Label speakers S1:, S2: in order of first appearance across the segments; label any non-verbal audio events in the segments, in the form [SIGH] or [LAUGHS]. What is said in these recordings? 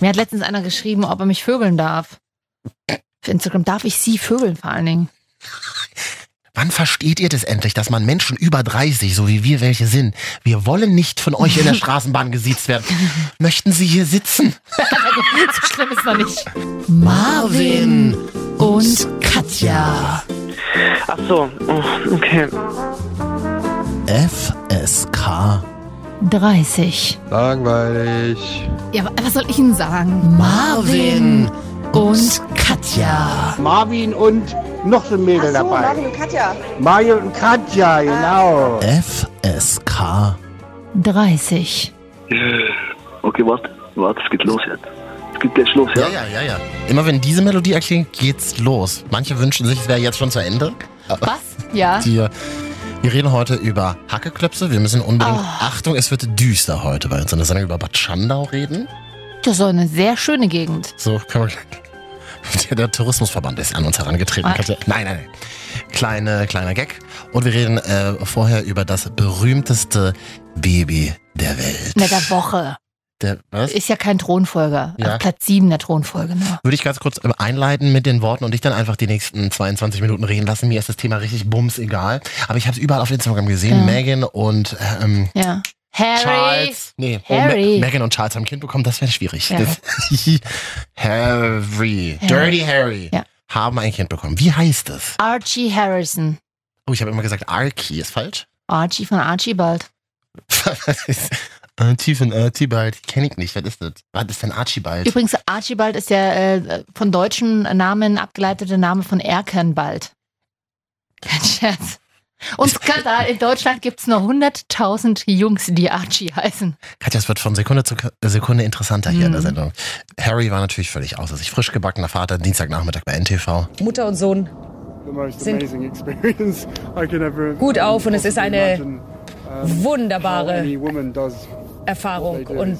S1: Mir hat letztens einer geschrieben, ob er mich vögeln darf. Auf Instagram darf ich sie vögeln vor allen Dingen.
S2: Wann versteht ihr das endlich, dass man Menschen über 30, so wie wir welche sind, wir wollen nicht von euch in der Straßenbahn gesiezt werden. Möchten Sie hier sitzen?
S1: so [LAUGHS] schlimm ist noch nicht. Marvin und Katja.
S3: Ach so, oh, okay.
S2: FSK.
S1: 30.
S4: Langweilig.
S1: Ja, wa- was soll ich Ihnen sagen? Marvin und Katja.
S5: Marvin und noch so ein Mädel
S6: Ach so,
S5: dabei.
S6: Marvin und Katja. Ah.
S5: Mario und Katja, genau.
S2: FSK.
S1: 30.
S7: Okay, warte, warte, es geht los jetzt. Es geht gleich los, ja?
S2: Ja, ja, ja, ja. Immer wenn diese Melodie erklingt, geht's los. Manche wünschen sich, es wäre jetzt schon zu Ende.
S1: Was? Ja.
S2: Wir, wir reden heute über Hackeklöpse. Wir müssen unbedingt. Achtung, es wird düster heute bei uns. Und das wir über Bad Schandau reden.
S1: Das ist doch eine sehr schöne Gegend.
S2: So, können wir. Der, der Tourismusverband ist an uns herangetreten.
S1: Ah.
S2: Katja. Nein, nein, nein. Kleine, kleiner Gag. Und wir reden äh, vorher über das berühmteste Baby der Welt.
S1: Na, der Woche.
S2: Der, was?
S1: Ist ja kein Thronfolger.
S2: Ja.
S1: Also Platz 7 der Thronfolge. Ne?
S2: Würde ich ganz kurz äh, einleiten mit den Worten und dich dann einfach die nächsten 22 Minuten reden lassen. Mir ist das Thema richtig bums egal. Aber ich habe es überall auf Instagram gesehen.
S1: Ja.
S2: Megan und ähm,
S1: Ja. Harry.
S2: Charles. Nee,
S1: Harry.
S2: Oh, Megan und Charles haben ein Kind bekommen. Das wäre schwierig.
S1: Ja.
S2: Das, [LAUGHS] Harry. Dirty Harry.
S1: Ja.
S2: Haben ein Kind bekommen. Wie heißt es?
S1: Archie Harrison.
S2: Oh, ich habe immer gesagt, Archie ist falsch. [LAUGHS]
S1: Archie von Archibald.
S2: Archie von Archibald. Kenne äh, ich nicht. Was ist das? Was ist denn Archibald?
S1: Übrigens, Archibald ist der äh, von deutschen Namen abgeleitete Name von Erkenbald. Kein Scherz. Und Skandal, in Deutschland gibt es nur 100.000 Jungs, die Archie heißen.
S2: Katja, es wird von Sekunde zu K- äh, Sekunde interessanter hier in der
S1: Mhm.
S2: Sendung. Harry war natürlich völlig außer sich. Frisch gebackener Vater, Dienstagnachmittag bei NTV.
S8: Mutter und Sohn
S9: the most
S8: Sind-
S9: amazing experience I could ever
S8: Gut auf und es ist
S9: possibly
S8: eine
S9: imagine, um, how
S8: wunderbare
S9: any woman does
S8: Erfahrung und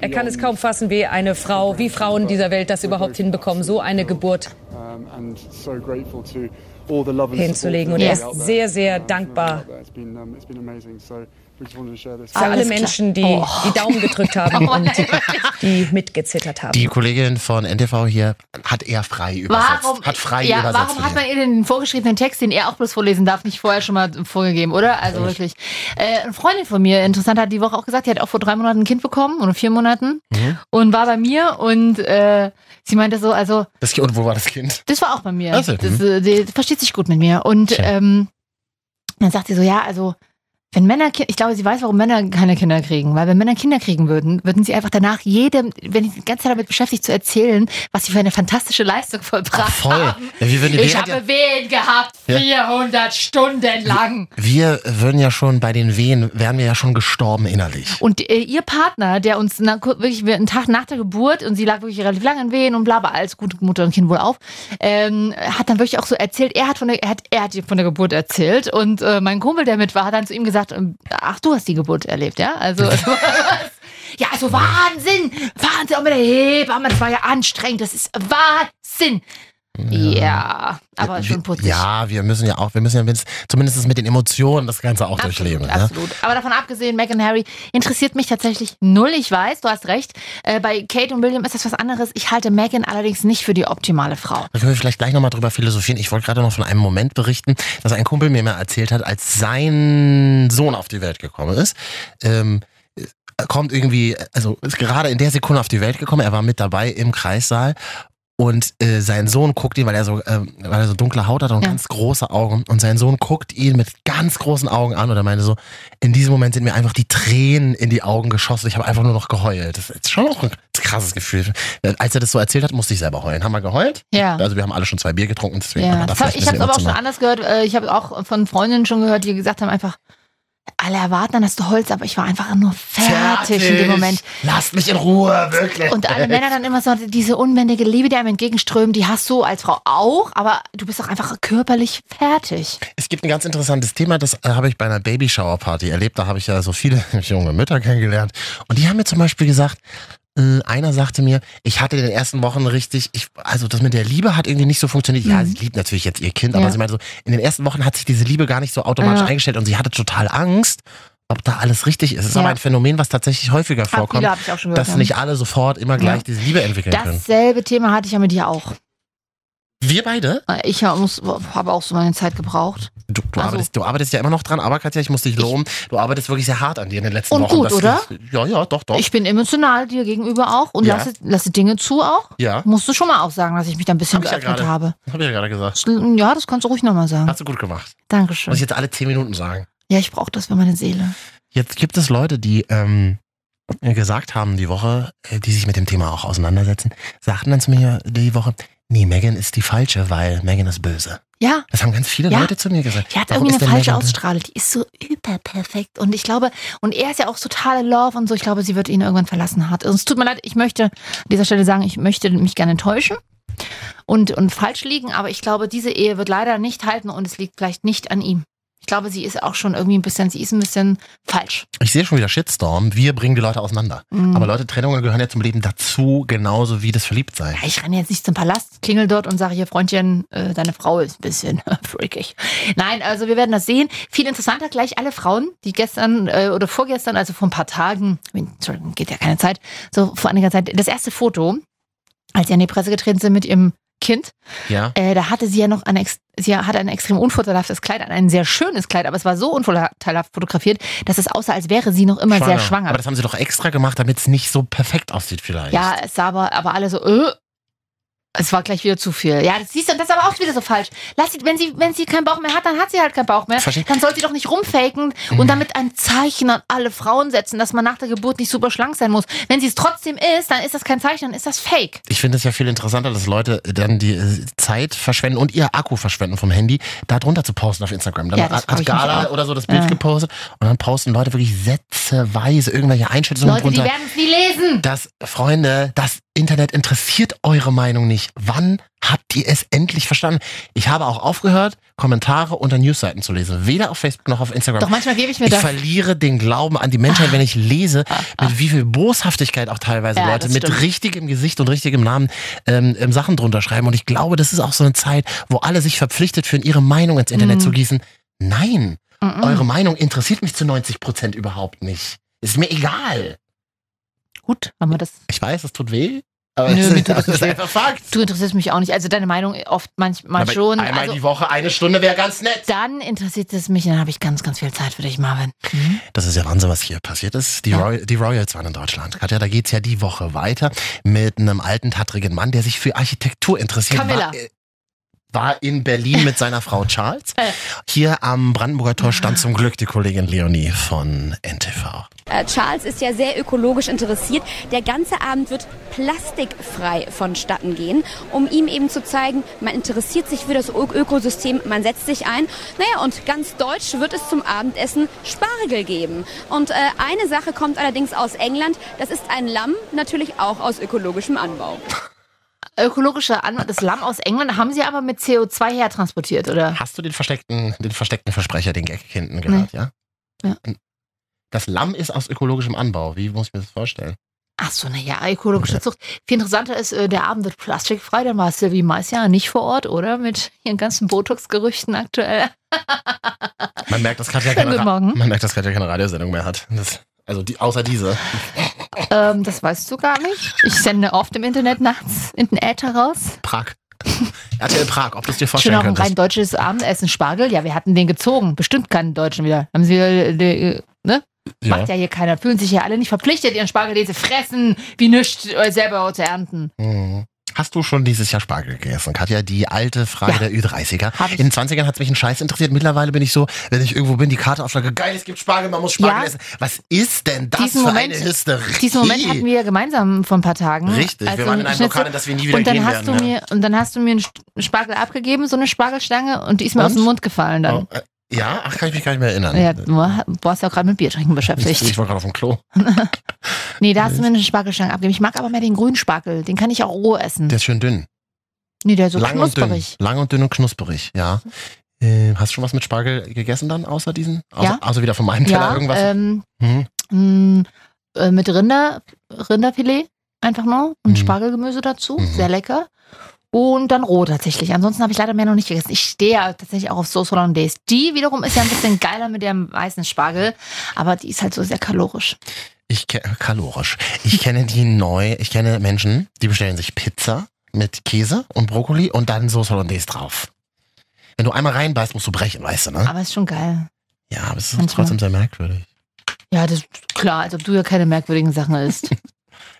S8: er kann es kaum fassen, wie eine Frau, Oh, wie Frauen dieser Welt das überhaupt hinbekommen, so eine Geburt
S9: um, and so grateful to all the love and
S8: hinzulegen. Und
S9: support
S8: er
S9: that
S8: ist
S9: is out there.
S8: sehr, sehr
S9: Um,
S8: dankbar
S9: It's been, um, it's been amazing. So we just wanted to share this.
S8: für alle
S1: Alles klar.
S8: Menschen, die
S1: Oh.
S8: die Daumen gedrückt
S1: [LAUGHS]
S2: Oh,
S8: haben und die mitgezittert haben.
S2: Die Kollegin von NTV hier hat eher frei übersetzt.
S1: Warum,
S2: hat frei
S1: ja,
S2: übersetzt.
S1: warum hat man ihr den vorgeschriebenen Text, den er auch bloß vorlesen darf, nicht vorher schon mal vorgegeben, oder? Also wirklich. Äh, eine Freundin von mir, interessant, hat die Woche auch gesagt, die hat auch vor drei Monaten ein Kind bekommen oder vier Monaten
S2: Mhm.
S1: und war bei mir und äh, sie meinte so, also
S2: das, und wo war das Kind?
S1: das war auch bei mir.
S2: Ach so,
S1: das, äh, die versteht sich gut mit mir. Und
S2: Schön.
S1: ähm, dann sagt sie so, ja, also wenn Männer, Ki- ich glaube, sie weiß, warum Männer keine Kinder kriegen, weil wenn Männer Kinder kriegen würden, würden sie einfach danach jedem, wenn ich die ganze Zeit damit beschäftigt zu erzählen, was sie für eine fantastische Leistung vollbracht
S2: Voll. Ja,
S1: haben.
S2: wir, würden,
S1: Ich
S2: wir, hat ja,
S1: habe Wehen gehabt,
S2: Ja.
S1: 400 Stunden lang.
S2: wir würden ja schon bei den Wehen, wären wir ja schon gestorben innerlich.
S1: Und äh, ihr Partner, der uns na, kur- wirklich wir- einen Tag nach der Geburt, und sie lag wirklich relativ lange in Wehen und bla, aber alles gut, Mutter und Kind wohl auf, ähm, hat dann wirklich auch so erzählt, er hat von der, er hat, er hat ihr von der Geburt erzählt und äh, mein Kumpel, der mit war, hat dann zu ihm gesagt, ähm, ach, du hast die Geburt erlebt, ja? Also, [LAUGHS] ja, also Wahnsinn, Wahnsinn, auch mit der Hebamme, das war ja anstrengend, das ist Wahnsinn. Ja, aber schon putzig.
S2: Ja, wir müssen ja auch, wir müssen ja mindest- zumindest mit den Emotionen das Ganze auch durchleben. Ne?
S1: Absolut. Aber davon abgesehen, Meghan Harry interessiert mich tatsächlich null. Ich weiß, du hast recht. Äh, bei Kate und William ist das was anderes. Ich halte Meghan allerdings nicht für die optimale Frau.
S2: Da können wir vielleicht gleich nochmal drüber philosophieren. Ich wollte gerade noch von einem Moment berichten, dass ein Kumpel mir mal erzählt hat, als sein Sohn auf die Welt gekommen ist. Ähm, er kommt irgendwie, also ist gerade in der Sekunde auf die Welt gekommen, er war mit dabei im Kreissaal. Und äh, sein Sohn guckt ihn, weil er so, ähm, weil er so dunkle Haut hat und
S1: Ja.
S2: ganz große Augen. Und sein Sohn guckt ihn mit ganz großen Augen an und er meinte so, in diesem Moment sind mir einfach die Tränen in die Augen geschossen. Ich habe einfach nur noch geheult. Das ist schon auch ein krasses Gefühl. Äh, Als er das so erzählt hat, musste ich selber heulen. Haben wir geheult?
S1: Ja.
S2: Also wir haben alle schon zwei Bier getrunken, deswegen
S1: ja.
S2: haben wir da
S1: Das hab,
S2: vielleicht
S1: ich
S2: ein
S1: habe es
S2: bisschen
S1: aber auch schon
S2: emotional.
S1: anders gehört. Äh, Ich habe auch von Freundinnen schon gehört, die gesagt haben einfach, alle erwarten dann, dass du holst, aber ich war einfach nur fertig in dem Moment.
S2: Lasst mich in Ruhe, wirklich.
S1: Und alle Männer dann immer so diese unbändige Liebe, die einem entgegenströmt, die hast du als Frau auch, aber du bist doch einfach körperlich fertig.
S2: Es gibt ein ganz interessantes Thema, das äh, habe ich bei einer Babyshower-Party erlebt. Da habe ich ja so viele [LAUGHS] junge Mütter kennengelernt. Und die haben mir zum Beispiel gesagt, äh, einer sagte mir, ich hatte in den ersten Wochen richtig, ich, also das mit der Liebe hat irgendwie nicht so funktioniert. Ja, sie liebt natürlich jetzt ihr Kind, aber
S1: Mhm. Ja.
S2: sie meinte so, in den ersten Wochen hat sich diese Liebe gar nicht so automatisch
S1: Ja.
S2: eingestellt und sie hatte total Angst. ob da alles richtig ist. Es ist
S1: Ja.
S2: aber ein Phänomen, was tatsächlich häufiger vorkommt,
S1: viele hab ich auch schon gehört,
S2: dass
S1: ja.
S2: nicht alle sofort immer gleich
S1: Ja.
S2: diese Liebe entwickeln können.
S1: Dasselbe Thema hatte ich ja mit dir auch.
S2: Wir beide?
S1: Äh, Ich muss- habe auch so meine Zeit gebraucht.
S2: Du, du,
S1: Also-
S2: arbeitest, du arbeitest ja immer noch dran, aber Katja, ich muss dich loben. Du arbeitest wirklich sehr hart an dir in den letzten
S1: Und
S2: Wochen.
S1: gut,
S2: Das
S1: oder?
S2: Ist, ja, ja, doch, doch.
S1: Ich bin emotional dir gegenüber auch und
S2: Ja.
S1: lasse, lasse Dinge zu auch.
S2: ja,
S1: Musst du schon mal auch sagen, dass ich mich da ein bisschen
S2: Hab ich ja
S1: geöffnet
S2: gerade.
S1: habe.
S2: habe ich ja gerade gesagt.
S1: Schl- Ja, das kannst du ruhig nochmal sagen.
S2: Hast du gut gemacht. Muss ich
S1: Dankeschön.
S2: jetzt alle zehn Minuten sagen.
S1: Ja, ich brauche das für meine Seele.
S2: Jetzt gibt es Leute, die ähm, gesagt haben die Woche, äh, die sich mit dem Thema auch auseinandersetzen, sagten dann zu mir die Woche, nee, Megan ist die falsche, weil Megan ist böse.
S1: Ja,
S2: Das haben ganz viele
S1: Ja.
S2: Leute zu mir gesagt.
S1: die hat
S2: Äh, Warum
S1: irgendwie
S2: ist
S1: eine
S2: denn
S1: falsche
S2: Megan böse?
S1: Ausstrahlung. Die ist so überperfekt. Und ich glaube, und er ist ja auch total in Love und so. Ich glaube, sie wird ihn irgendwann verlassen hat. Und es tut mir leid, ich möchte an dieser Stelle sagen, ich möchte mich gerne täuschen und, und falsch liegen. Aber ich glaube, diese Ehe wird leider nicht halten und es liegt vielleicht nicht an ihm. Ich glaube, sie ist auch schon irgendwie ein bisschen, sie ist ein bisschen falsch.
S2: Ich sehe schon wieder Shitstorm. Wir bringen die Leute auseinander.
S1: Mhm.
S2: Aber Leute, Trennungen gehören ja zum Leben dazu, genauso wie das Verliebtsein.
S1: Ja, ich renne jetzt nicht zum Palast, klingel dort und sage hier, Freundchen, äh, deine Frau ist ein bisschen [LAUGHS] freakig. Nein, also wir werden das sehen. Viel interessanter gleich alle Frauen, die gestern äh, oder vorgestern, also vor ein paar Tagen, Entschuldigung, geht ja keine Zeit, so vor einiger Zeit, das erste Foto, als sie an die Presse getreten sind mit ihrem Kind,
S2: Ja.
S1: äh, da hatte sie ja noch ein, ex sie hatte ein extrem unvorteilhaftes Kleid an, ein sehr schönes Kleid, aber es war so unvorteilhaft fotografiert, dass es aussah, als wäre sie noch immer sehr schwanger.
S2: Aber das haben sie doch extra gemacht, damit es nicht so perfekt aussieht vielleicht.
S1: Ja, es sah aber, aber alle so, äh, es war gleich wieder zu viel. Ja, das siehst du, und das ist aber auch wieder so falsch. Lass sie, wenn sie, wenn sie keinen Bauch mehr hat, dann hat sie halt keinen Bauch mehr.
S2: Verstehe. Mhm.
S1: Dann soll sie doch nicht rumfaken und damit ein Zeichen an alle Frauen setzen, dass man nach der Geburt nicht super schlank sein muss. Wenn sie es trotzdem ist, dann ist das kein Zeichen, dann ist das Fake.
S2: Ich finde es ja viel interessanter, dass Leute dann die äh, Zeit verschwenden und ihr Akku verschwenden vom Handy, da drunter zu posten auf Instagram. Dann
S1: Ja, das frag
S2: hat
S1: ich mich
S2: Gala
S1: auch.
S2: oder so das Bild
S1: Ja.
S2: gepostet und dann posten Leute wirklich sätzeweise irgendwelche Einschätzungen
S1: Leute, die
S2: drunter.
S1: werden es nie lesen.
S2: Das, Freunde, das Internet interessiert eure Meinung nicht. Wann habt ihr es endlich verstanden? Ich habe auch aufgehört, Kommentare unter Newsseiten zu lesen. Weder auf Facebook noch auf Instagram.
S1: Doch manchmal gebe ich mir
S2: Ich
S1: das.
S2: verliere den Glauben an die Menschheit, wenn ich lese, mit wie viel Boshaftigkeit auch teilweise
S1: ah. Ja,
S2: Leute
S1: das
S2: mit
S1: stimmt.
S2: richtigem Gesicht und richtigem Namen ähm, ähm, Sachen drunter schreiben. Und ich glaube, das ist auch so eine Zeit, wo alle sich verpflichtet fühlen, ihre Meinung ins Internet zu gießen. Nein,
S1: Mhm.
S2: eure Meinung interessiert mich zu 90 Prozent überhaupt nicht. Ist mir egal.
S1: Gut, haben wir das.
S2: Ich weiß, es tut weh, aber
S1: Nö,
S2: [LAUGHS] es
S1: mir
S2: ist,
S1: tut das
S2: das ist
S1: nicht weh.
S2: einfach Fakt.
S1: Du interessierst mich auch nicht. Also deine Meinung oft manchmal
S2: Aber
S1: schon.
S2: Einmal
S1: Also,
S2: die Woche eine Stunde wäre ganz nett.
S1: dann interessiert es mich, dann habe ich ganz, ganz viel Zeit für dich, Marvin.
S2: Das ist ja Wahnsinn, was hier passiert ist. Die,
S1: Ja.
S2: Roy die Royals waren in Deutschland. Katja, da geht's ja die Woche weiter mit einem alten, tattrigen Mann, der sich für Architektur interessiert.
S1: Camilla.
S2: War, äh, war in Berlin mit
S1: [LAUGHS]
S2: seiner Frau Charles.
S1: Äh.
S2: Hier am Brandenburger Tor stand
S1: Ah.
S2: zum Glück die Kollegin Leonie von NTV.
S6: Äh, Charles ist ja sehr ökologisch interessiert. Der ganze Abend wird plastikfrei vonstatten gehen, um ihm eben zu zeigen, man interessiert sich für das Ö Ökosystem, man setzt sich ein. Naja, und ganz deutsch wird es zum Abendessen Spargel geben. Und äh, eine Sache kommt allerdings aus England. Das ist ein Lamm, natürlich auch aus ökologischem Anbau.
S1: ökologische An das Lamm aus England haben sie aber mit CO2 her transportiert, oder?
S2: Hast du den versteckten, den versteckten Versprecher, den Gag hinten gehört, ja?
S1: Ja.
S2: Das Lamm ist aus ökologischem Anbau. Wie muss ich mir das vorstellen?
S1: Ach so, naja, ökologische Zucht. Viel interessanter ist, äh, der Abend wird plastikfrei, dann war Sylvie Mais ja nicht vor Ort, oder? Mit ihren ganzen Botox-Gerüchten aktuell.
S2: Man merkt, dass Katja
S1: Schönen
S2: keine,
S1: [LAUGHS] guten
S2: Ra-
S1: Morgen.
S2: man merkt, dass Katja keine Radiosendung mehr hat. Das, also die, außer diese.
S1: Ähm, das weißt du gar nicht. Ich sende oft im Internet nachts in den Äther raus.
S2: Prag. [LAUGHS] RTL Prag, ob du es dir
S1: Schön
S2: vorstellen
S1: auch ein rein
S2: könntest.
S1: deutsches Abendessen, Spargel. Ja, wir hatten den gezogen. Bestimmt keinen Deutschen wieder. Haben sie, äh, äh, ne? Macht ja hier keiner. Fühlen sich ja alle nicht verpflichtet, ihren Spargel den sie fressen, wie nichts äh, selber zu ernten.
S2: Mhm. Hast du schon dieses Jahr Spargel gegessen, Katja? Die alte Frage
S1: Ja.
S2: der Ü30er.
S1: Hab ich.
S2: In den 20ern hat es mich ein Scheiß interessiert. Mittlerweile bin ich so, wenn ich irgendwo bin, die Karte aufschlage, geil, es gibt Spargel, man muss Spargel
S1: Ja.
S2: essen. Was ist denn das
S1: Diesen
S2: für
S1: Moment-
S2: eine Hysterie?
S1: Diesen Moment hatten wir ja gemeinsam vor ein paar Tagen.
S2: Richtig,
S1: Als
S2: wir waren in einem
S1: Schnitzel-
S2: Lokal, in das wir nie wieder
S1: und dann
S2: gehen
S1: hast
S2: werden. ne?
S1: Du
S2: ja.
S1: mir, und dann hast du mir einen St- Spargel abgegeben, so eine Spargelstange, und die ist mir
S2: Und?
S1: aus dem Mund gefallen dann.
S2: Oh, äh, ja, ach, kann ich mich gar nicht mehr erinnern.
S1: Ja, du Hm. warst ja auch gerade mit Biertrinken
S2: ich,
S1: beschäftigt.
S2: ich war gerade auf dem Klo.
S1: nee, da hast du mir eine Spargelstange abgegeben. Ich mag aber mehr den grünen Spargel. Den kann ich auch roh essen.
S2: Der ist schön dünn.
S1: nee, der ist so
S2: Lang
S1: knusperig.
S2: und dünn. Lang und dünn und knusperig, ja. Äh, hast du schon was mit Spargel gegessen dann, außer diesen? Außer,
S1: Ja.
S2: außer wieder von meinem Teller
S1: Ja,
S2: irgendwas?
S1: ähm,
S2: hm?
S1: mh, äh, mit Rinder, Rinderfilet einfach nur und
S2: Mhm.
S1: Spargelgemüse dazu.
S2: Mhm.
S1: Sehr lecker. Und dann roh tatsächlich. Ansonsten habe ich leider mehr noch nicht gegessen. Ich stehe ja tatsächlich auch auf Sauce Hollandaise. Die wiederum ist ja ein bisschen geiler mit dem weißen Spargel, aber die ist halt so sehr kalorisch.
S2: Ich ke- kalorisch. Ich kenne die neu, ich kenne Menschen, die bestellen sich Pizza mit Käse und Brokkoli und dann Soße Hollandaise drauf. Wenn du einmal reinbeißt, musst du brechen, weißt du, ne?
S1: Aber ist schon geil.
S2: Ja, aber es ist
S1: Ah. Manchmal.
S2: trotzdem sehr merkwürdig.
S1: Ja, das ist klar, als ob du ja keine merkwürdigen Sachen
S2: [LAUGHS]
S1: isst.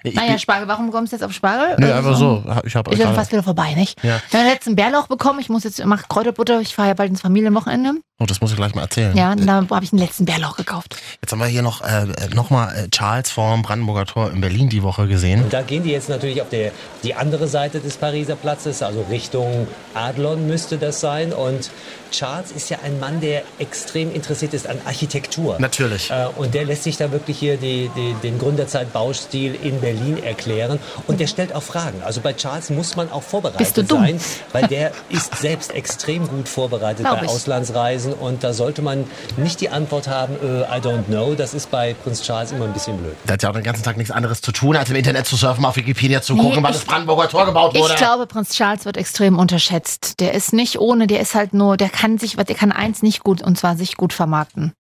S2: Ich
S1: naja,
S2: bin-
S1: Spargel, warum kommst du jetzt auf Spargel?
S2: Nö,
S1: Also,
S2: einfach so. Ich habe
S1: Ich bin fast wieder vorbei, nicht?
S2: Ja.
S1: Ich habe jetzt einen Bärlauch bekommen. Ich muss jetzt, mach Kräuterbutter. Ich fahre ja bald ins Familienwochenende.
S2: Oh, das muss ich gleich mal erzählen.
S1: Ja, und da habe ich den letzten Bärlauch gekauft.
S2: Jetzt haben wir hier noch, äh, noch mal äh, Charles vorm Brandenburger Tor in Berlin die Woche gesehen.
S10: Und da gehen die jetzt natürlich auf der, die andere Seite des Pariser Platzes, also Richtung Adlon müsste das sein. Und Charles ist ja ein Mann, der extrem interessiert ist an Architektur.
S2: Natürlich.
S10: Äh, Und der lässt sich da wirklich hier die, die, den Gründerzeit-Baustil in Berlin erklären. Und der stellt auch Fragen. Also bei Charles muss man auch
S1: Bist du
S10: vorbereitet
S1: dumm?
S10: sein, weil der ist selbst extrem gut vorbereitet
S1: Glaub
S10: bei
S1: ich.
S10: Auslandsreisen. Und da sollte man nicht die Antwort haben, äh, I don't know. Das ist bei Prinz Charles immer ein bisschen blöd.
S2: Der hat ja auch den ganzen Tag nichts anderes zu tun, als im Internet zu surfen, auf Wikipedia zu gucken,
S1: Nee,
S2: wann
S1: ich-
S2: das Brandenburger Tor gebaut wurde.
S1: Ich glaube, Prinz Charles wird extrem unterschätzt. Der ist nicht ohne, der ist halt nur, der kann sich, der kann eins nicht gut und zwar sich gut vermarkten.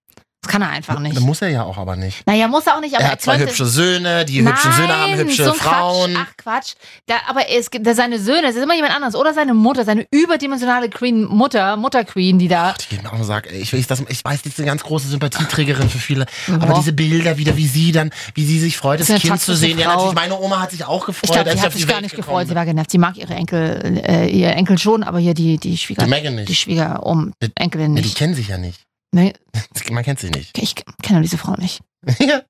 S1: Das kann er einfach nicht.
S2: Da muss er ja auch aber nicht.
S1: Naja, muss er auch nicht, aber
S2: er hat zwei
S1: könnte-
S2: hübsche Söhne, die
S1: Nein,
S2: hübschen Söhne haben hübsche
S1: so ein
S2: Frauen.
S1: Quatsch. Ach Quatsch. Da, aber es gibt da seine Söhne, es ist immer jemand anderes. Oder seine Mutter, seine überdimensionale Queen, Mutter, Mutter Queen, die da.
S2: Die geht mir auch und sagt, ey, ich, weiß, das, ich weiß, die ist eine ganz große Sympathieträgerin für viele. Aber
S1: Ja.
S2: diese Bilder wieder, wie sie dann, wie sie sich freut, das
S1: Ist eine
S2: Kind zu
S1: toxische
S2: sehen. Ja,
S1: Frau.
S2: natürlich, meine Oma hat sich auch gefreut.
S1: Ich glaube,
S2: als
S1: die
S2: sie
S1: hat
S2: auf
S1: sich
S2: Welt
S1: gar nicht
S2: gekommen
S1: gefreut, sie war genervt. Sie mag ihre Enkel, äh, ihr Enkel schon, aber hier die, die Schwieger.
S2: Die Meghan nicht.
S1: Die Schwieger um
S2: Die-
S1: Enkelin
S2: Nee, die
S1: nicht.
S2: kennen sich ja nicht. [LAUGHS]
S1: Nee,
S2: Man kennt sie nicht. [LAUGHS]
S1: ich kenne diese Frau nicht.
S2: Ja.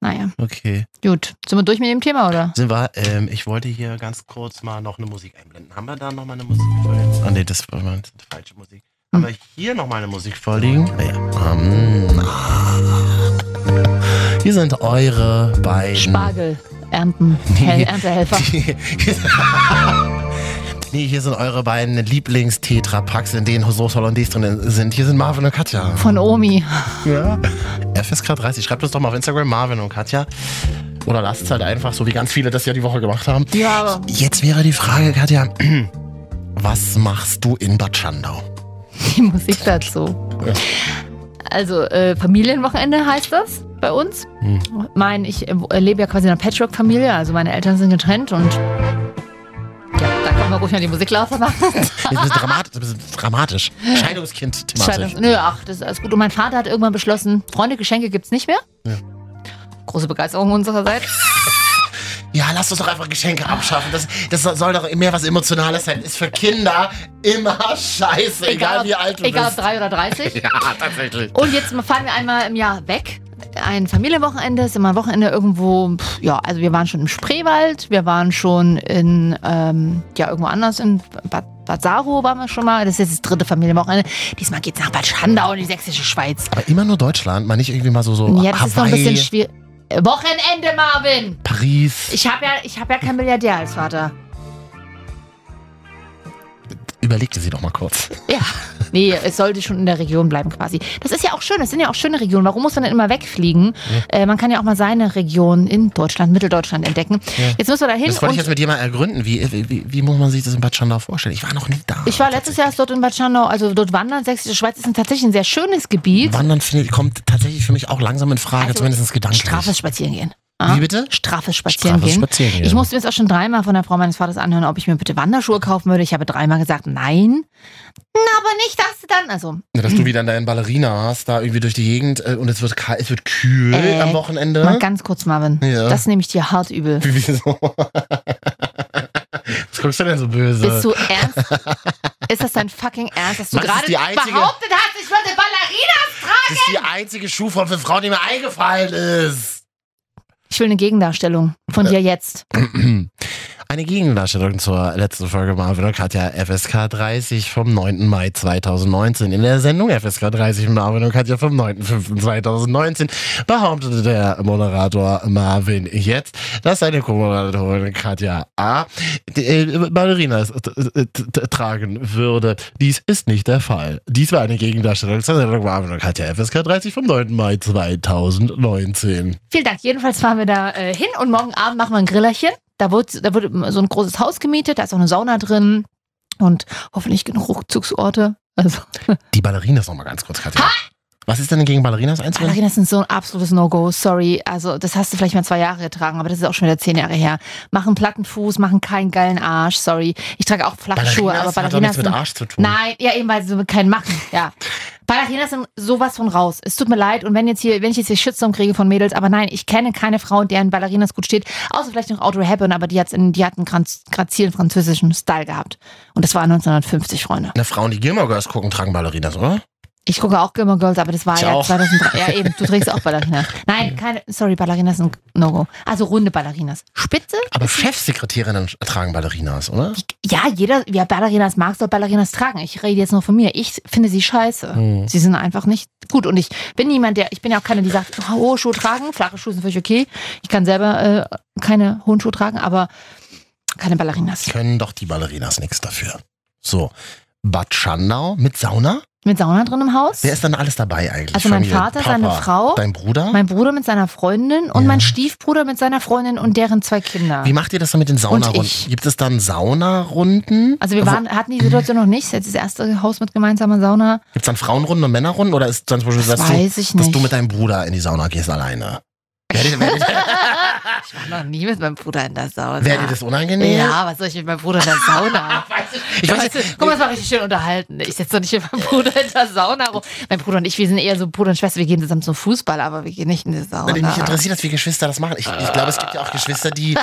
S1: Naja,
S2: okay.
S1: gut. Sind wir durch mit dem Thema, oder?
S2: Sind wir, ähm, ich wollte hier ganz kurz mal noch eine Musik einblenden. Haben wir da noch mal eine Musik vorliegen? Ah, nee, das war mal die falsche Musik. Haben wir hier noch mal eine Musik vorliegen? Ah, Ja. Ähm, ah. Hier sind eure beiden.
S1: Spargel ernten, Hel Erntehelfer.
S2: Die- [LAUGHS] Nee, hier sind eure beiden Lieblings-Tetra-Packs, in denen Sauce Hollandaise drin sind. Hier sind Marvin und Katja.
S1: Von Omi.
S2: Ja. FSK 30. Schreibt uns doch mal auf Instagram Marvin und Katja. Oder lasst es halt einfach, so wie ganz viele das ja die Woche gemacht haben.
S1: Ja, aber
S2: Jetzt wäre die Frage, Katja, [CLEARS THROAT] was machst du in Bad Schandau?
S1: [LAUGHS] die Musik dazu. Also, äh, Familienwochenende heißt das bei uns.
S2: Mhm.
S1: Mein, ich äh, lebe ja quasi in einer Patchwork-Familie, also meine Eltern sind getrennt und ja, da kann man ruhig mal die Musik lauter machen.
S2: Das
S1: [LAUGHS]
S2: ist dramat das ist dramatisch. Scheidungskind-Thematik.
S1: Scheidung. Nö, ach, das ist alles gut. Und mein Vater hat irgendwann beschlossen, Freunde, Geschenke gibt's nicht mehr. Große Begeisterung unsererseits.
S2: Ja, lasst uns doch einfach Geschenke abschaffen. Das, das soll doch mehr was Emotionales sein. Ist für Kinder immer scheiße, egal,
S1: ob-
S2: wie alt du
S1: Egal Oh. ob
S2: bist.
S1: drei oder 30.
S2: [LAUGHS] Ja, tatsächlich.
S1: Und jetzt fahren wir einmal im Jahr weg. Ein Familienwochenende ist immer ein Wochenende irgendwo. Pff, ja, also wir waren schon im Spreewald, wir waren schon in, ähm, ja, irgendwo anders in Bad, Bad Saro waren wir schon mal. Das ist jetzt das dritte Familienwochenende. Diesmal geht's nach Bad Schandau in die sächsische Schweiz.
S2: Aber immer nur Deutschland, mal nicht irgendwie mal so, so
S1: ja, das
S2: Hawaii,
S1: ist noch ein bisschen schwierig. Äh, Wochenende, Marvin!
S2: Paris,
S1: Ich habe ja, ich hab ja keinen Milliardär als Vater.
S2: überlegte sie doch mal kurz.
S1: Ja, nee, es sollte schon in der Region bleiben quasi. Das ist ja auch schön, es sind ja auch schöne Regionen. Warum muss man denn immer wegfliegen? Äh, man kann ja auch mal seine Region in Deutschland, Mitteldeutschland entdecken. Jetzt müssen wir da hin.
S2: Das wollte ich
S1: und-
S2: jetzt mit dir mal ergründen. Wie, wie- wie, wie muss man sich das in Bad Schandau vorstellen? Ich war noch nie da.
S1: Ich war letztes Jahr erst dort in Bad Schandau, also dort wandern. Sächsische Schweiz ist ein, tatsächlich ein sehr schönes Gebiet.
S2: Wandern findet, kommt tatsächlich für mich auch langsam in Frage,
S1: Also,
S2: zumindest gedanklich.
S1: Strafes Spazierengehen.
S2: Wie bitte?
S1: Strafes Spazierengehen.
S2: Strafes Spazierengehen.
S1: Ich musste mir jetzt auch schon dreimal von der Frau meines Vaters anhören, ob ich mir bitte Wanderschuhe kaufen würde. Ich habe dreimal gesagt, nein. Na, aber nicht, dass du dann. Also,
S2: Ja, Dass du wieder deinen Ballerina hast, da irgendwie durch die Gegend äh, und es wird, kal- es wird kühl
S1: Äh,
S2: am Wochenende.
S1: mal ganz kurz, Marvin.
S2: Ja.
S1: Das nehme ich dir hart übel.
S2: Wie- Wieso? [LAUGHS] Was guckst du denn so böse?
S1: Bist du ernst? Ist das dein fucking Ernst, dass du
S2: Max Äh. ist
S1: gerade
S2: die einzige-
S1: behauptet hast, ich würde Ballerinas tragen?
S2: das ist die einzige Schuhform für Frauen, die mir eingefallen ist.
S1: Ich will eine Gegendarstellung von dir jetzt.
S2: [CLEARS THROAT] Eine Gegendarstellung zur letzten Folge Marvin und Katja FSK 30 vom 9. Mai 2019. In der Sendung FSK 30 mit Marvin und Katja vom 9.5.2019 behauptete der Moderator Marvin jetzt, dass seine Co-Moderatorin Katja A. die, äh, Ballerinas äh, t- t- tragen würde. Dies ist nicht der Fall. Dies war eine Gegendarstellung zur Sendung Marvin und Katja FSK 30 vom 9. Mai 2019.
S1: Vielen Dank. Jedenfalls fahren wir da äh, hin und morgen Abend machen wir ein Grillerchen. Da da wurde, da wurde so ein großes Haus gemietet, da ist auch eine Sauna drin und hoffentlich genug Rückzugsorte. Also,
S2: Die Ballerinas nochmal ganz kurz, Katja. Was ist denn gegen Ballerinas einzuwenden?
S1: Ballerinas sind so ein absolutes No-Go, sorry. Also, das hast du vielleicht mal zwei Jahre getragen, aber das ist auch schon wieder zehn Jahre her. Machen platten Fuß, machen keinen geilen Arsch, sorry. Ich trage auch flache Schuhe, aber
S2: hat doch
S1: Ballerinas
S2: nichts mit
S1: sind,
S2: Arsch zu tun.
S1: Nein, ja, eben weil sie so keinen machen. Ja. Ballerinas sind sowas von raus. Es tut mir leid. Und wenn jetzt hier, wenn ich jetzt hier Shitstorm kriege von Mädels, aber nein, ich kenne keine Frau, deren Ballerinas gut steht, außer vielleicht noch Audrey Hepburn, aber die, hat's in, die hat einen graz- grazilen französischen Style gehabt. Und das war 1950, Freunde.
S2: Na, Frauen, die Gilmore Girls gucken, tragen Ballerinas, oder?
S1: Ich gucke auch Gilmore Girls, aber das war
S2: Ich
S1: ja
S2: auch.
S1: 2003. Ja, eben, du trägst auch
S2: [LAUGHS]
S1: Ballerinas. Nein, keine, sorry, Ballerinas sind No-Go. Also runde Ballerinas. Spitze?
S2: Aber Chefsekretärinnen tragen Ballerinas, oder?
S1: Ja, jeder, wer Ballerinas mag, soll Ballerinas tragen. Ich rede jetzt nur von mir. Ich finde sie scheiße.
S2: Hm.
S1: Sie sind einfach nicht gut. Und ich bin niemand, der, ich bin ja auch keine, die sagt, oh, hohe Schuhe tragen, flache Schuhe sind völlig okay. Ich kann selber äh, keine hohen Schuhe tragen, aber keine Ballerinas.
S2: Können doch die Ballerinas nichts dafür. So. Bad Schandau mit Sauna?
S1: Mit Sauna drin im Haus?
S2: Wer ist dann alles dabei eigentlich?
S1: Also mein
S2: Familie,
S1: Vater,
S2: Papa,
S1: seine Frau,
S2: Dein Bruder?
S1: Mein Bruder mit seiner Freundin und
S2: Ja.
S1: mein Stiefbruder mit seiner Freundin und deren zwei Kinder.
S2: Wie macht ihr das dann mit den Saunarunden?
S1: ich.
S2: Gibt es dann Saunarunden?
S1: Also wir waren, hatten die Situation noch nicht. Das ist jetzt das erste Haus mit gemeinsamer Sauna.
S2: Gibt es dann Frauenrunden und Männerrunden? Oder ist dann zum Beispiel,
S1: Das
S2: dass, du,
S1: weiß ich
S2: dass
S1: nicht.
S2: du mit deinem Bruder in die Sauna gehst alleine? Wäre dir, wär
S1: [LAUGHS]
S2: dir,
S1: ich war noch nie mit meinem Bruder in der Sauna. [LAUGHS]
S2: wär dir das unangenehm?
S1: ja, was soll ich mit meinem Bruder in der Sauna?
S2: Ich [LAUGHS] weiß
S1: Weißt du, guck mal, das war richtig schön unterhalten. Ich sitze doch nicht mit meinem Bruder in der Sauna rum. Mein Bruder und ich, wir sind eher so Bruder und Schwester. Wir gehen zusammen zum Fußball, aber wir gehen nicht in die Sauna.
S2: Wenn mich interessiert, dass wir Geschwister das machen. Ich, ich glaube, es gibt ja auch Geschwister, die, die